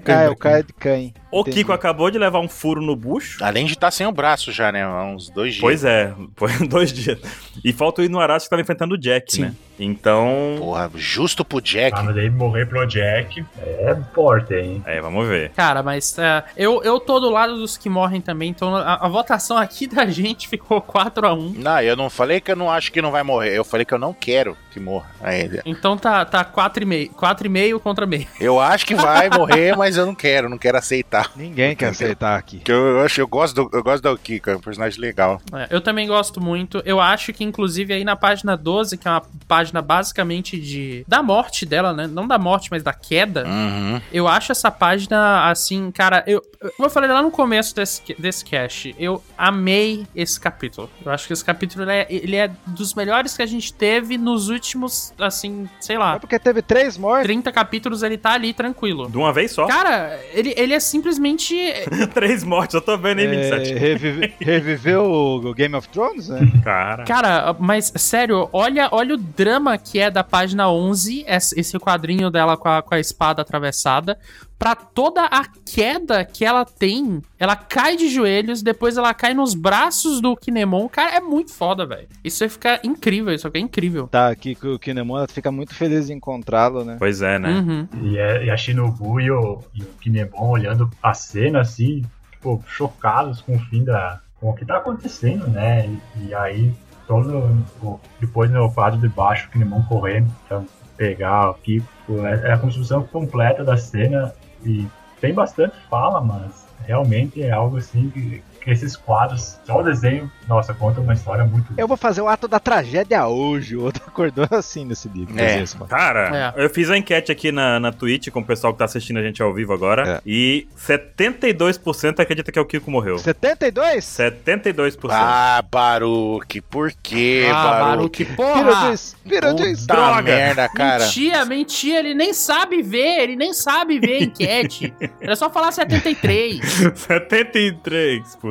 B: Ah, é o cara de caim.
D: O
B: Entendi.
D: Kiko acabou de levar um furo no bucho.
C: Além de estar sem o braço já, né? Há uns dois dias.
D: Pois é, foi dois dias. E falta o Inuarashi que tava enfrentando o Jack, né? Então.
C: Porra, justo pro Jack.
E: Ah, mas aí morrer pro Jack é forte, hein?
D: É, vamos ver.
A: Cara, mas é, eu, eu tô do lado dos que morrem também, então a, a votação aqui da gente ficou 4 a 1
C: Não, eu não falei que eu não acho que não vai morrer. Eu falei que eu não quero que morra. Aí,
A: Então tá, tá 4,5. 4,5 contra meio.
C: Eu acho que vai morrer, mas eu não quero, não quero aceitar.
B: Ninguém quer aceitar aqui.
C: Porque eu, eu acho, eu gosto do, eu gosto da Okiko, é um personagem legal.
A: É, eu também gosto muito. Eu acho que, inclusive, aí na página 12, que é uma página basicamente de. Da morte dela, né? Não da morte, mas da queda.
C: Uhum.
A: Eu acho essa página, assim, cara. Eu, eu, como eu falei lá no começo desse, desse cast. Eu amei esse capítulo. Eu acho que esse capítulo ele é, ele é dos melhores que a gente teve nos últimos, assim, sei
B: É
D: Ah.
A: lá,
B: porque teve três mortes.
A: 30 capítulos. Ele tá ali tranquilo.
D: De uma vez só?
A: Cara, ele, ele é simplesmente.
D: Três mortes, eu tô vendo, hein,
B: É,
D: 27.
B: revive- reviveu o Game of Thrones, né?
D: Uhum. Cara.
A: Cara, mas sério, olha, olha o drama que é da página 11, esse esse quadrinho dela com a, com a espada atravessada, pra toda a queda que ela tem. Ela cai de joelhos, depois ela cai nos braços do Kinemon. Cara, é muito foda, velho. Isso aí fica incrível, isso aqui é incrível.
B: Tá, aqui que o Kinemon ela fica muito feliz de encontrá-lo, né?
D: Pois é, né?
A: Uhum.
E: E, é- e a Shinobu e o, e o Kinemon olhando a cena assim, tipo, chocados com o fim da. com o que tá acontecendo, né? E, e aí, todo. o- depois no quadro de baixo, o Kinemon correndo pra pegar o Kiko. Tipo, É, é a construção completa da cena e tem bastante fala, mas realmente é algo assim que esses quadros, só o desenho, nossa, conta uma história muito.
B: Eu vou fazer o ato da tragédia hoje. O outro acordou assim nesse livro.
C: É.
B: Desenho, mano.
D: Cara,
A: É.
D: eu fiz a enquete aqui na, na Twitch com o pessoal que tá assistindo a gente ao vivo agora.
B: É.
D: E 72% acredita que é o Kiko morreu.
B: 72?
D: 72%.
C: Ah, Baruque, por quê,
A: Tá ah,
C: Baruque?
A: Baruque, porra!
B: Pirandiz, Pirandiz.
C: Puta
D: droga.
C: merda, cara.
A: Mentia, mentia, ele nem sabe ver, ele nem sabe ver a enquete. Era só falar 73.
D: 73%.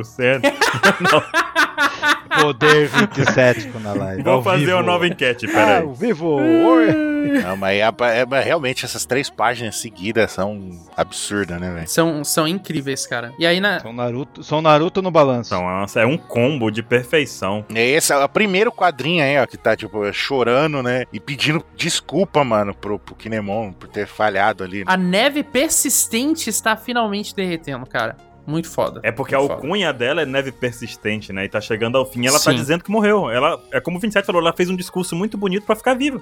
B: Poder 27 na live.
D: Vou
B: ao
D: fazer
B: vivo.
D: uma nova enquete,
B: Ah,
D: peraí.
B: ao vivo. Oi.
C: Não, mas é- é- mas realmente essas três páginas seguidas são absurdas, né, velho?
A: são, são incríveis, cara. E aí, na,
B: São Naruto, são Naruto no balanço.
D: Nossa, é um combo de perfeição.
C: É Esse é o primeiro quadrinho aí, ó, que tá, tipo, chorando, né? E pedindo desculpa, mano, pro, pro Kinemon por ter falhado ali. né,
A: a neve persistente está finalmente derretendo, cara. Muito foda.
D: É porque a
A: Muito foda.
D: alcunha dela é neve persistente, né? E tá chegando ao fim. Ela tá
A: Sim.
D: dizendo que morreu. Ela, é como o 27 falou, ela fez um discurso muito bonito pra ficar viva.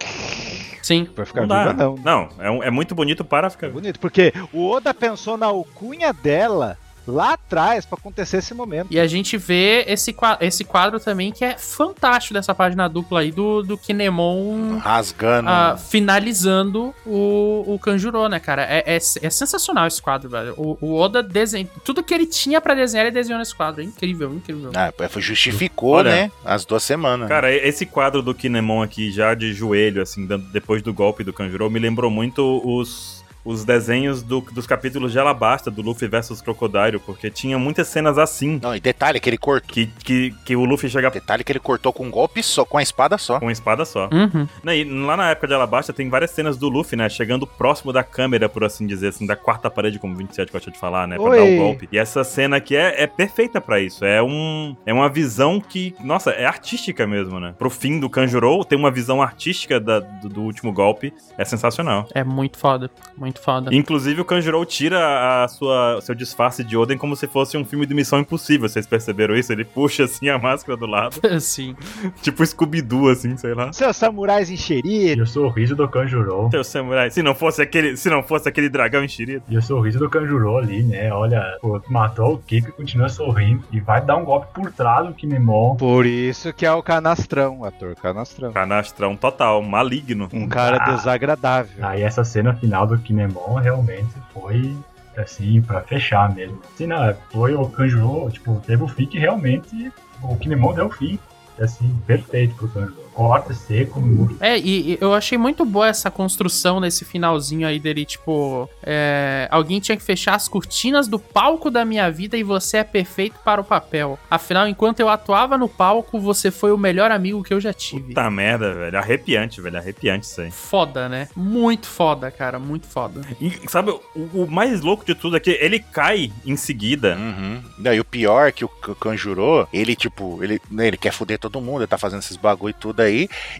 A: Sim.
B: Pra ficar
D: não dá.
B: viva, não.
D: Não, é, um- é muito bonito para ficar viva.
B: Bonito, porque o Oda pensou na alcunha dela lá atrás pra acontecer esse momento.
A: E a gente vê esse, qua- esse quadro também que é fantástico dessa página dupla aí do, do Kinemon
C: Rasgando.
A: ah, finalizando o, o Kanjuro, né, cara? É, é, é sensacional esse quadro, velho. O, o Oda desenha. Tudo que ele tinha pra desenhar, ele desenhou nesse quadro. É incrível, incrível.
C: Ah, foi- justificou,
D: Olha.
C: né? As duas semanas.
D: É. Cara, e- esse quadro do Kinemon aqui, já de joelho, assim, dando- depois do golpe do Kanjuro, me lembrou muito os, os desenhos do- dos capítulos de Alabasta, do Luffy versus Crocodile, porque tinha muitas cenas assim,
C: Não, e detalhe que ele cortou.
D: que, que, que o Luffy chega
C: Detalhe que ele cortou com um golpe só, com a espada só.
D: com uma espada só.
A: Uhum.
D: Né, e lá na época de Alabasta tem várias cenas do Luffy, né? Chegando próximo da câmera, por assim dizer, assim, da quarta parede, como o 27 gosta de falar, né? Pra
B: Oi.
D: dar o golpe. E essa cena aqui é, é perfeita pra isso. É, um, é uma visão que, nossa, é artística mesmo, né? Pro fim do Kanjuro, tem uma visão artística da- do, do último golpe. É sensacional.
A: É muito foda. Muito foda.
D: Inclusive, o Kanjuro tira a sua, seu disfarce de Oden como se fosse um filme de Missão Impossível. Vocês perceberam isso? Ele puxa, assim, a máscara do lado.
A: Sim.
D: tipo Scooby-Doo, assim, sei lá.
B: Seus samurais em
E: E
B: xerife.
E: o sorriso do Kanjuro.
D: Teu samurai, se não fosse aquele, se não fosse aquele dragão enxerido.
E: E o sorriso do Kanjuro ali, né? Olha, pô, matou o Kiko e continua sorrindo. E vai dar um golpe por trás do Kinemon.
B: Por isso que é o canastrão, ator canastrão.
D: Canastrão total, maligno.
B: Um cara
E: Ah.
B: desagradável.
E: Aí essa cena final do Kinemon realmente foi assim pra fechar mesmo. Assim, não, foi o Kanjuro, tipo, teve o fim que realmente o Kinemon deu o fim. Assim, perfeito pro Kanjuro. Corta seco, muito.
A: É, e, e eu achei muito boa essa construção nesse finalzinho aí dele, tipo. é, alguém tinha que fechar as cortinas do palco da minha vida e você é perfeito para o papel. Afinal, enquanto eu atuava no palco, você foi o melhor amigo que eu já tive.
D: Puta merda, velho. Arrepiante, velho. Arrepiante isso aí.
A: Foda, né? Muito foda, cara. Muito foda.
D: E, sabe, o, o mais louco de tudo é que ele cai em seguida.
C: Uhum. Não, e o pior é que o K- Kanjuro, ele, tipo, ele, né, ele quer foder todo mundo, ele tá fazendo esses bagulho e tudo aí,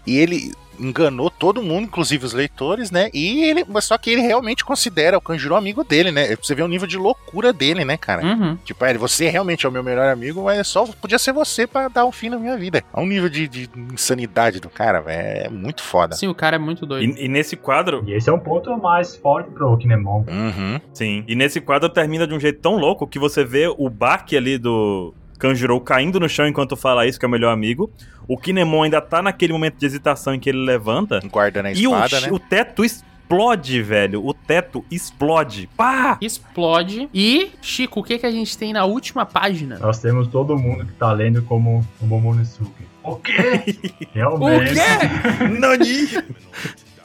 C: e ele enganou todo mundo, inclusive os leitores, né? E ele, mas só que ele realmente considera o Kanjuro amigo dele, né? Pra Você vê o nível de loucura dele, né, cara?
A: Uhum.
C: Tipo, é, você realmente é o meu melhor amigo, mas só podia ser você pra dar um fim na minha vida. É um nível de, de insanidade do cara, velho. É muito foda.
A: Sim, o cara é muito doido.
D: E, e nesse quadro,
E: E esse é um ponto mais forte pro Kinemon.
C: Uhum.
D: sim. E nesse quadro termina de um jeito tão louco que você vê o baque ali do Kanjuro caindo no chão enquanto fala isso, que é o melhor amigo. O Kinemon ainda tá naquele momento de hesitação em que ele levanta.
C: Guardando a
D: e o,
C: espada, né?
D: o teto explode, velho. O teto explode. Pá!
A: Explode. E, Chico, o que, que a gente tem na última página?
E: Nós temos todo mundo que tá lendo como o Momonosuke. O quê?
D: é
E: Realmente.
D: Nani!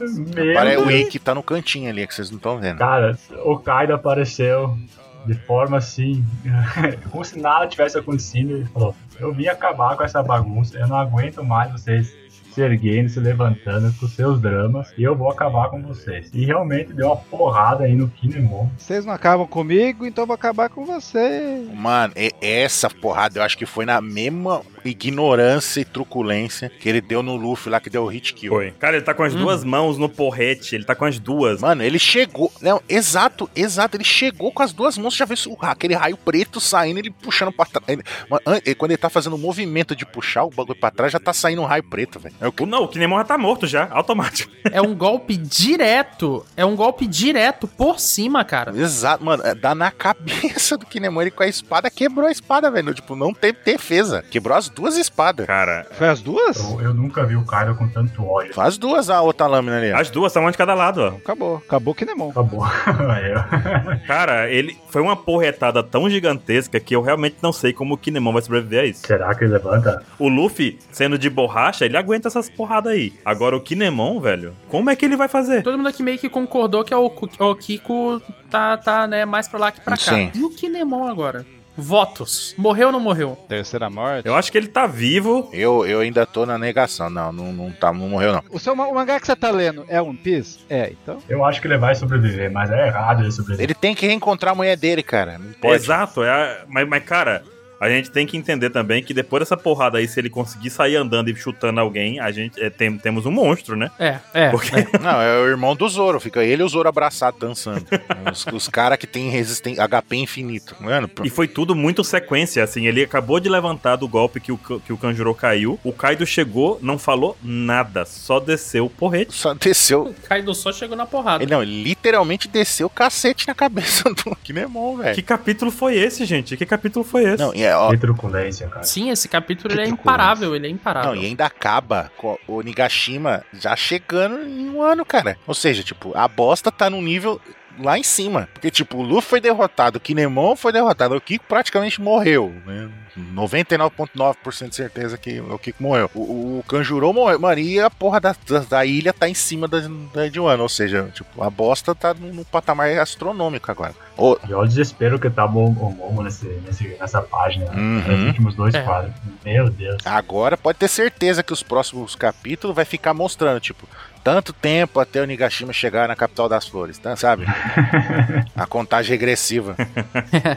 E: Meu
C: Agora é
E: Deus.
C: o Ikki tá no cantinho ali, que vocês não estão vendo.
E: Cara, o Kaido apareceu de forma assim, como se nada tivesse acontecido. Ele falou: Eu vim acabar com essa bagunça, eu não aguento mais vocês se erguendo, se levantando com seus dramas, e eu vou acabar com vocês. E realmente deu uma porrada aí no Kinemon.
B: Vocês não acabam comigo, então eu vou acabar com você.
C: Mano, e- essa porrada eu acho que foi na mesma ignorância e truculência que ele deu no Luffy lá que deu o hit kill.
D: Foi. Cara, ele tá com as
A: Hum.
D: duas mãos no porrete, ele tá com as duas.
C: Mano, ele chegou. Não, exato, exato. Ele chegou com as duas mãos, já viu isso, aquele raio preto saindo, ele puxando pra trás. Ele- mano, an- ele- Quando ele tá fazendo o movimento de puxar o bagulho pra trás, já tá saindo um raio preto, velho. É o que
D: O, não, o Kinemon tá morto já, automático.
A: É um golpe direto. É um golpe direto por cima, cara.
C: Exato, mano. é, Dá na cabeça do Kinemon ele com a espada. Quebrou a espada, velho. Tipo, não teve defesa. Quebrou as duas espadas.
D: Cara,
B: Foi as duas?
E: Eu, eu nunca vi o Kaido com tanto ódio.
C: Faz duas a outra lâmina ali. ó.
D: É. as duas são uma de cada lado, ó.
B: Acabou. Acabou o Kinemon.
E: Acabou. Aí,
D: Cara, ele foi uma porretada tão gigantesca que eu realmente não sei como o Kinemon vai sobreviver a isso.
E: Será que ele levanta?
D: O Luffy, sendo de borracha, ele aguenta essas porradas aí. Agora o Kinemon, velho, como é que ele vai fazer?
A: Todo mundo aqui meio que concordou que o, Ku- o Kiko tá, tá, né, mais pra lá que pra cá.
C: Sim.
A: E o Kinemon agora? Votos. Morreu ou não morreu?
B: Terceira morte.
D: Eu acho que ele tá vivo.
C: Eu, eu ainda tô na negação. Não, não, não, tá, não morreu, não.
B: O seu ma- o mangá que você tá lendo é One Piece? É, então.
E: Eu acho que ele vai sobreviver, mas é errado ele sobreviver.
C: Ele tem que reencontrar a mulher dele, cara. Não pode.
D: Exato, é a- mas, mas, cara, a gente tem que entender também que depois dessa porrada aí, se ele conseguir sair andando e chutando alguém, a gente é, tem- temos um monstro, né?
A: É, é.
D: Porque
C: Não, é o irmão do Zoro. Fica ele e o Zoro abraçado, dançando. os os caras que tem resisten HP infinito. Mano, pô,
D: E foi tudo muito sequência, assim. Ele acabou de levantar do golpe que o, Ka- que o Kanjuro caiu. O Kaido chegou, não falou nada, só desceu o porrete.
C: só desceu.
A: Kaido só chegou na porrada.
C: Ele, não, ele literalmente desceu o cacete na cabeça do Kinemon, velho.
D: Que capítulo foi esse, gente? Que capítulo foi esse?
C: É. Não, e é, ó,
E: Que truculência, cara.
A: Sim, esse capítulo ele é
C: Que
A: imparável, ele é imparável.
C: Ah, Não, e ainda acaba com o Nigashima já chegando em um ano, cara. Ou seja, tipo, a bosta tá num nível lá em cima. Porque, tipo, o Luffy foi derrotado, o Kinemon foi derrotado, o Kiko praticamente morreu, né? 99,9% de certeza que o Kiko morreu. O, o Kanjuro morreu. Mano, e a porra da, da, da ilha tá em cima da, da de Wano. Ou seja, tipo, a bosta tá num, num patamar astronômico agora. Ô,
E: E olha o desespero que tá bom o Momo nesse, nesse- nessa página. né?
C: Uhum.
E: Nos últimos dois
A: É.
E: quadros. Meu Deus.
C: Agora pode ter certeza que os próximos capítulos vai ficar mostrando, tipo, tanto tempo até o Nigashima chegar na capital das flores, tá? sabe? A contagem regressiva.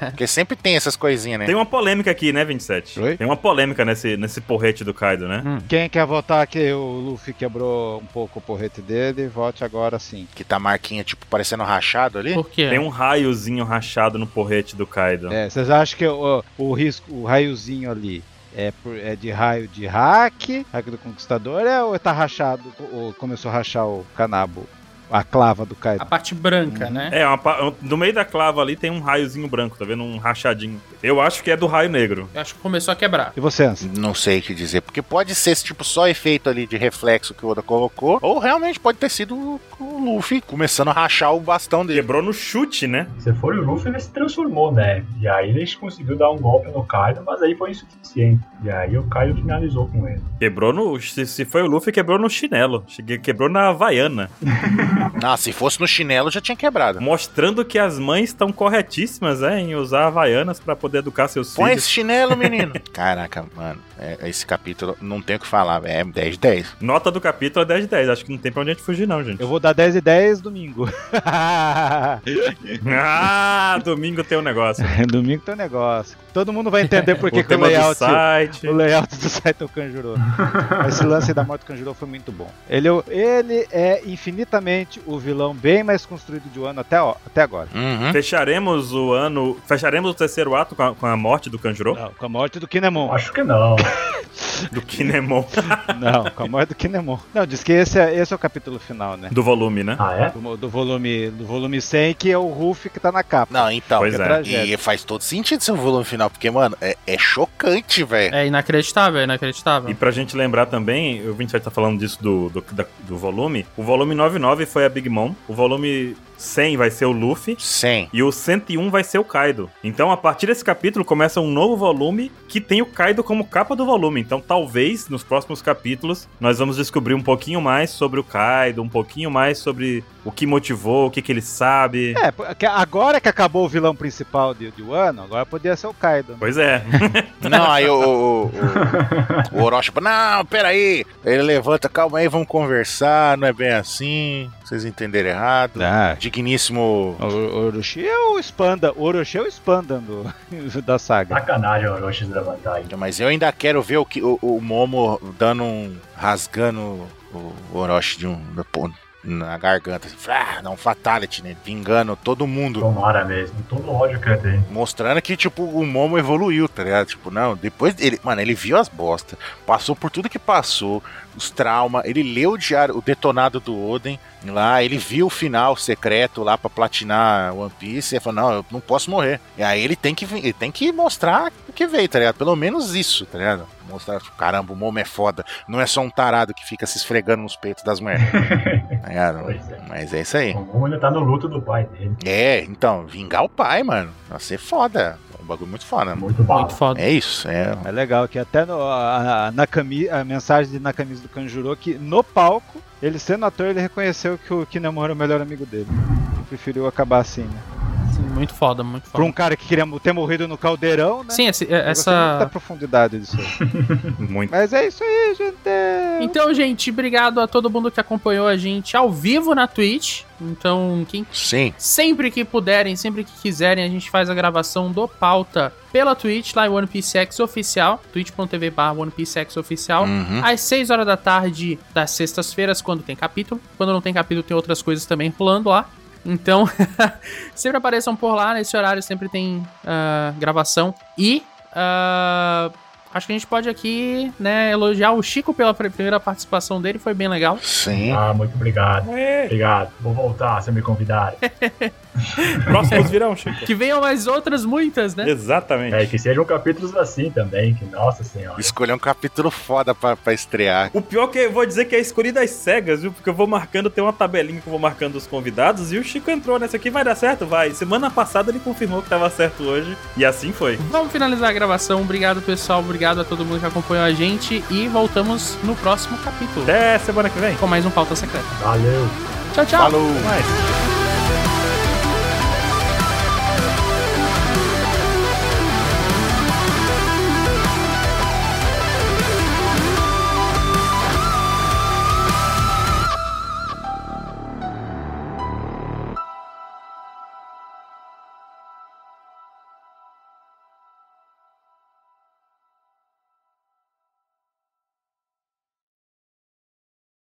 C: Porque sempre tem essas coisinhas, né?
D: Tem uma polêmica aqui, né, 27?
B: Oi?
D: Tem uma polêmica nesse, nesse porrete do Kaido, né?
B: Quem quer votar que o Luffy quebrou um pouco o porrete dele, vote agora sim.
C: Que tá a marquinha, tipo, parecendo rachado ali.
A: Por quê?
D: Tem um raiozinho rachado no porrete do Kaido.
B: É, vocês acham que o, o risco, o raiozinho ali é, por- é de raio de hack, hack do conquistador, é, ou tá rachado, ou começou a rachar o canabo, a clava do
A: A
B: Kaido?
A: parte branca, né?
D: É, uma pa- no meio da clava ali tem um raiozinho branco, tá vendo? Um rachadinho. Eu acho que é do raio negro.
A: Eu acho que começou a quebrar.
B: E você, Anson?
C: Não sei o que dizer, porque pode ser esse tipo só efeito ali de reflexo que o Oda colocou, ou realmente pode ter sido o- o Luffy começando a rachar o bastão dele.
D: Quebrou no chute, né?
E: Se for o Luffy, ele se transformou, né? E aí ele conseguiu dar um golpe no Kaido, mas aí foi insuficiente. E aí o Kaido finalizou com ele.
D: Quebrou no. Se, se foi o Luffy, quebrou no chinelo. Cheguei- Quebrou na Havaiana.
C: Ah, se fosse no chinelo já tinha quebrado.
D: Mostrando que as mães estão corretíssimas, é, em usar Havaianas pra poder educar seus
C: Põe
D: filhos.
C: esse chinelo, menino. Caraca, mano, é- esse capítulo não tem o que falar, velho. é 10 de 10.
D: Nota do capítulo é 10 de 10. Acho que não tem pra onde a gente fugir, não, gente.
B: Eu vou dar 10 e 10 domingo.
D: Ah, domingo tem um negócio.
B: domingo tem um negócio. Todo mundo vai entender por que,
D: o
B: que o
D: tema do
B: layout.
D: site.
B: O layout do site é o Kanjuro. Esse lance da morte do Kanjuro foi muito bom. Ele, é o- ele é infinitamente o vilão bem mais construído de Wano até, ó- até agora.
C: Uhum.
D: Fecharemos o ano. Fecharemos o terceiro ato com a, com a morte do Kanjuro?
B: Não, com a morte do Kinemon.
E: Acho que não.
D: Do Kinemon.
B: Não, com a morte do Kinemon. Não, diz que esse é, esse é o capítulo final, né?
D: do volume, né?
E: Ah, é?
B: Do, do volume, do volume 100, que é o Ruff que tá na capa.
C: Não, então.
D: Pois
B: Que
D: é.
B: tragédia.
C: E faz todo sentido seu volume final, porque, mano, é, é chocante, velho.
A: É inacreditável, é inacreditável.
D: E pra gente lembrar também, o 27 tá falando disso do, do, da- do volume. O volume 99 foi a Big Mom. O volume 100 vai ser o Luffy.
C: 100.
D: E o 101 vai ser o Kaido. Então, a partir desse capítulo, começa um novo volume que tem o Kaido como capa do volume. Então, talvez, nos próximos capítulos, nós vamos descobrir um pouquinho mais sobre o Kaido, um pouquinho mais sobre o que motivou, o que, que ele sabe.
B: É, porque agora que acabou o vilão principal de, de Wano, agora podia ser o Kaido. né?
D: Pois é.
C: Não, aí o, o, o, o Orochi, fala, não, peraí. Ele levanta, calma aí, vamos conversar, não é bem assim. Vocês entenderam errado.
B: Ah,
C: Digníssimo.
B: o o Orochi é o Spanda. O Orochi é o Spanda do- da saga.
E: Sacanagem o Orochi se levantar aí.
C: Mas eu ainda quero ver o, que, o, o Momo dando um. rasgando o Orochi de um. da pon- na garganta. assim, ah, dá um fatality, né? Vingando todo mundo.
E: Tomara mesmo. Todo ódio que eu tenho.
C: Mostrando que, tipo, o Momo evoluiu, tá ligado? Tipo, não, depois ele, mano, ele viu as bostas, passou por tudo que passou, os traumas, ele leu o diário, o detonado do Oden lá, ele viu o final secreto lá pra platinar One Piece, e ele falou, não, eu não posso morrer. E aí ele tem que, vir- ele tem que mostrar o que veio, tá ligado? Pelo menos isso, tá ligado? Mostrar, tipo, caramba, o Momo é foda, não é só um tarado que fica se esfregando nos peitos das mulheres, tá ligado?
E: Pois é.
C: Mas é isso aí.
E: O Momo ainda tá no luto do pai dele.
C: É, então, vingar o pai, mano. Vai ser foda. É um bagulho muito foda. mano.
E: Tá Muito bom.
A: Muito foda.
C: É isso, é.
B: É legal que até no, a, a, Nakami- a mensagem de Nakamizu do Kanjuro que no palco, ele sendo ator, ele reconheceu que o Kinemura é o melhor amigo dele. Ele preferiu acabar assim, né?
A: Sim, muito foda, muito
B: Pra
A: foda.
B: um cara que queria mo- ter morrido no caldeirão, né?
A: Sim, esse- é-
B: Eu gostei muito da
A: essa.
B: profundidade disso. aí.
D: Muito.
B: Mas é isso aí, gente.
A: Então, gente, obrigado a todo mundo que acompanhou a gente ao vivo na Twitch. Então, quem
C: Sim.
A: Sempre que puderem, sempre que quiserem, a gente faz a gravação do pauta pela Twitch, lá em One Piece X Oficial, twitch.tv barra One Piece X Oficial.
C: Uhum.
A: Às 6 horas da tarde das sextas-feiras, quando tem capítulo. Quando não tem capítulo, tem outras coisas também rolando lá. Então, sempre apareçam por lá, nesse horário sempre tem ah, gravação. E ah, acho que a gente pode aqui né, elogiar o Chico pela pr- primeira participação dele, foi bem legal.
C: Sim.
E: Ah, muito obrigado. Obrigado. Vou voltar se me convidarem.
D: Próximos virão, Chico.
A: Que venham mais outras muitas, né?
D: Exatamente.
E: É, e que sejam capítulos assim também, que nossa senhora.
C: Escolher um capítulo foda pra, pra estrear.
D: O pior que eu vou dizer que é escolhido às cegas, viu? Porque eu vou marcando, tem uma tabelinha que eu vou marcando os convidados e o Chico entrou nessa aqui, vai dar certo? Vai. Semana passada ele confirmou que tava certo hoje e assim foi.
A: Vamos finalizar a gravação. Obrigado, pessoal. Obrigado a todo mundo que acompanhou a gente. E voltamos no próximo capítulo
D: Até semana que vem.
A: com mais um Pauta Secreta.
E: Valeu.
A: Tchau, tchau.
C: Falou!
D: Até mais.
F: 「君の声が聞こえる」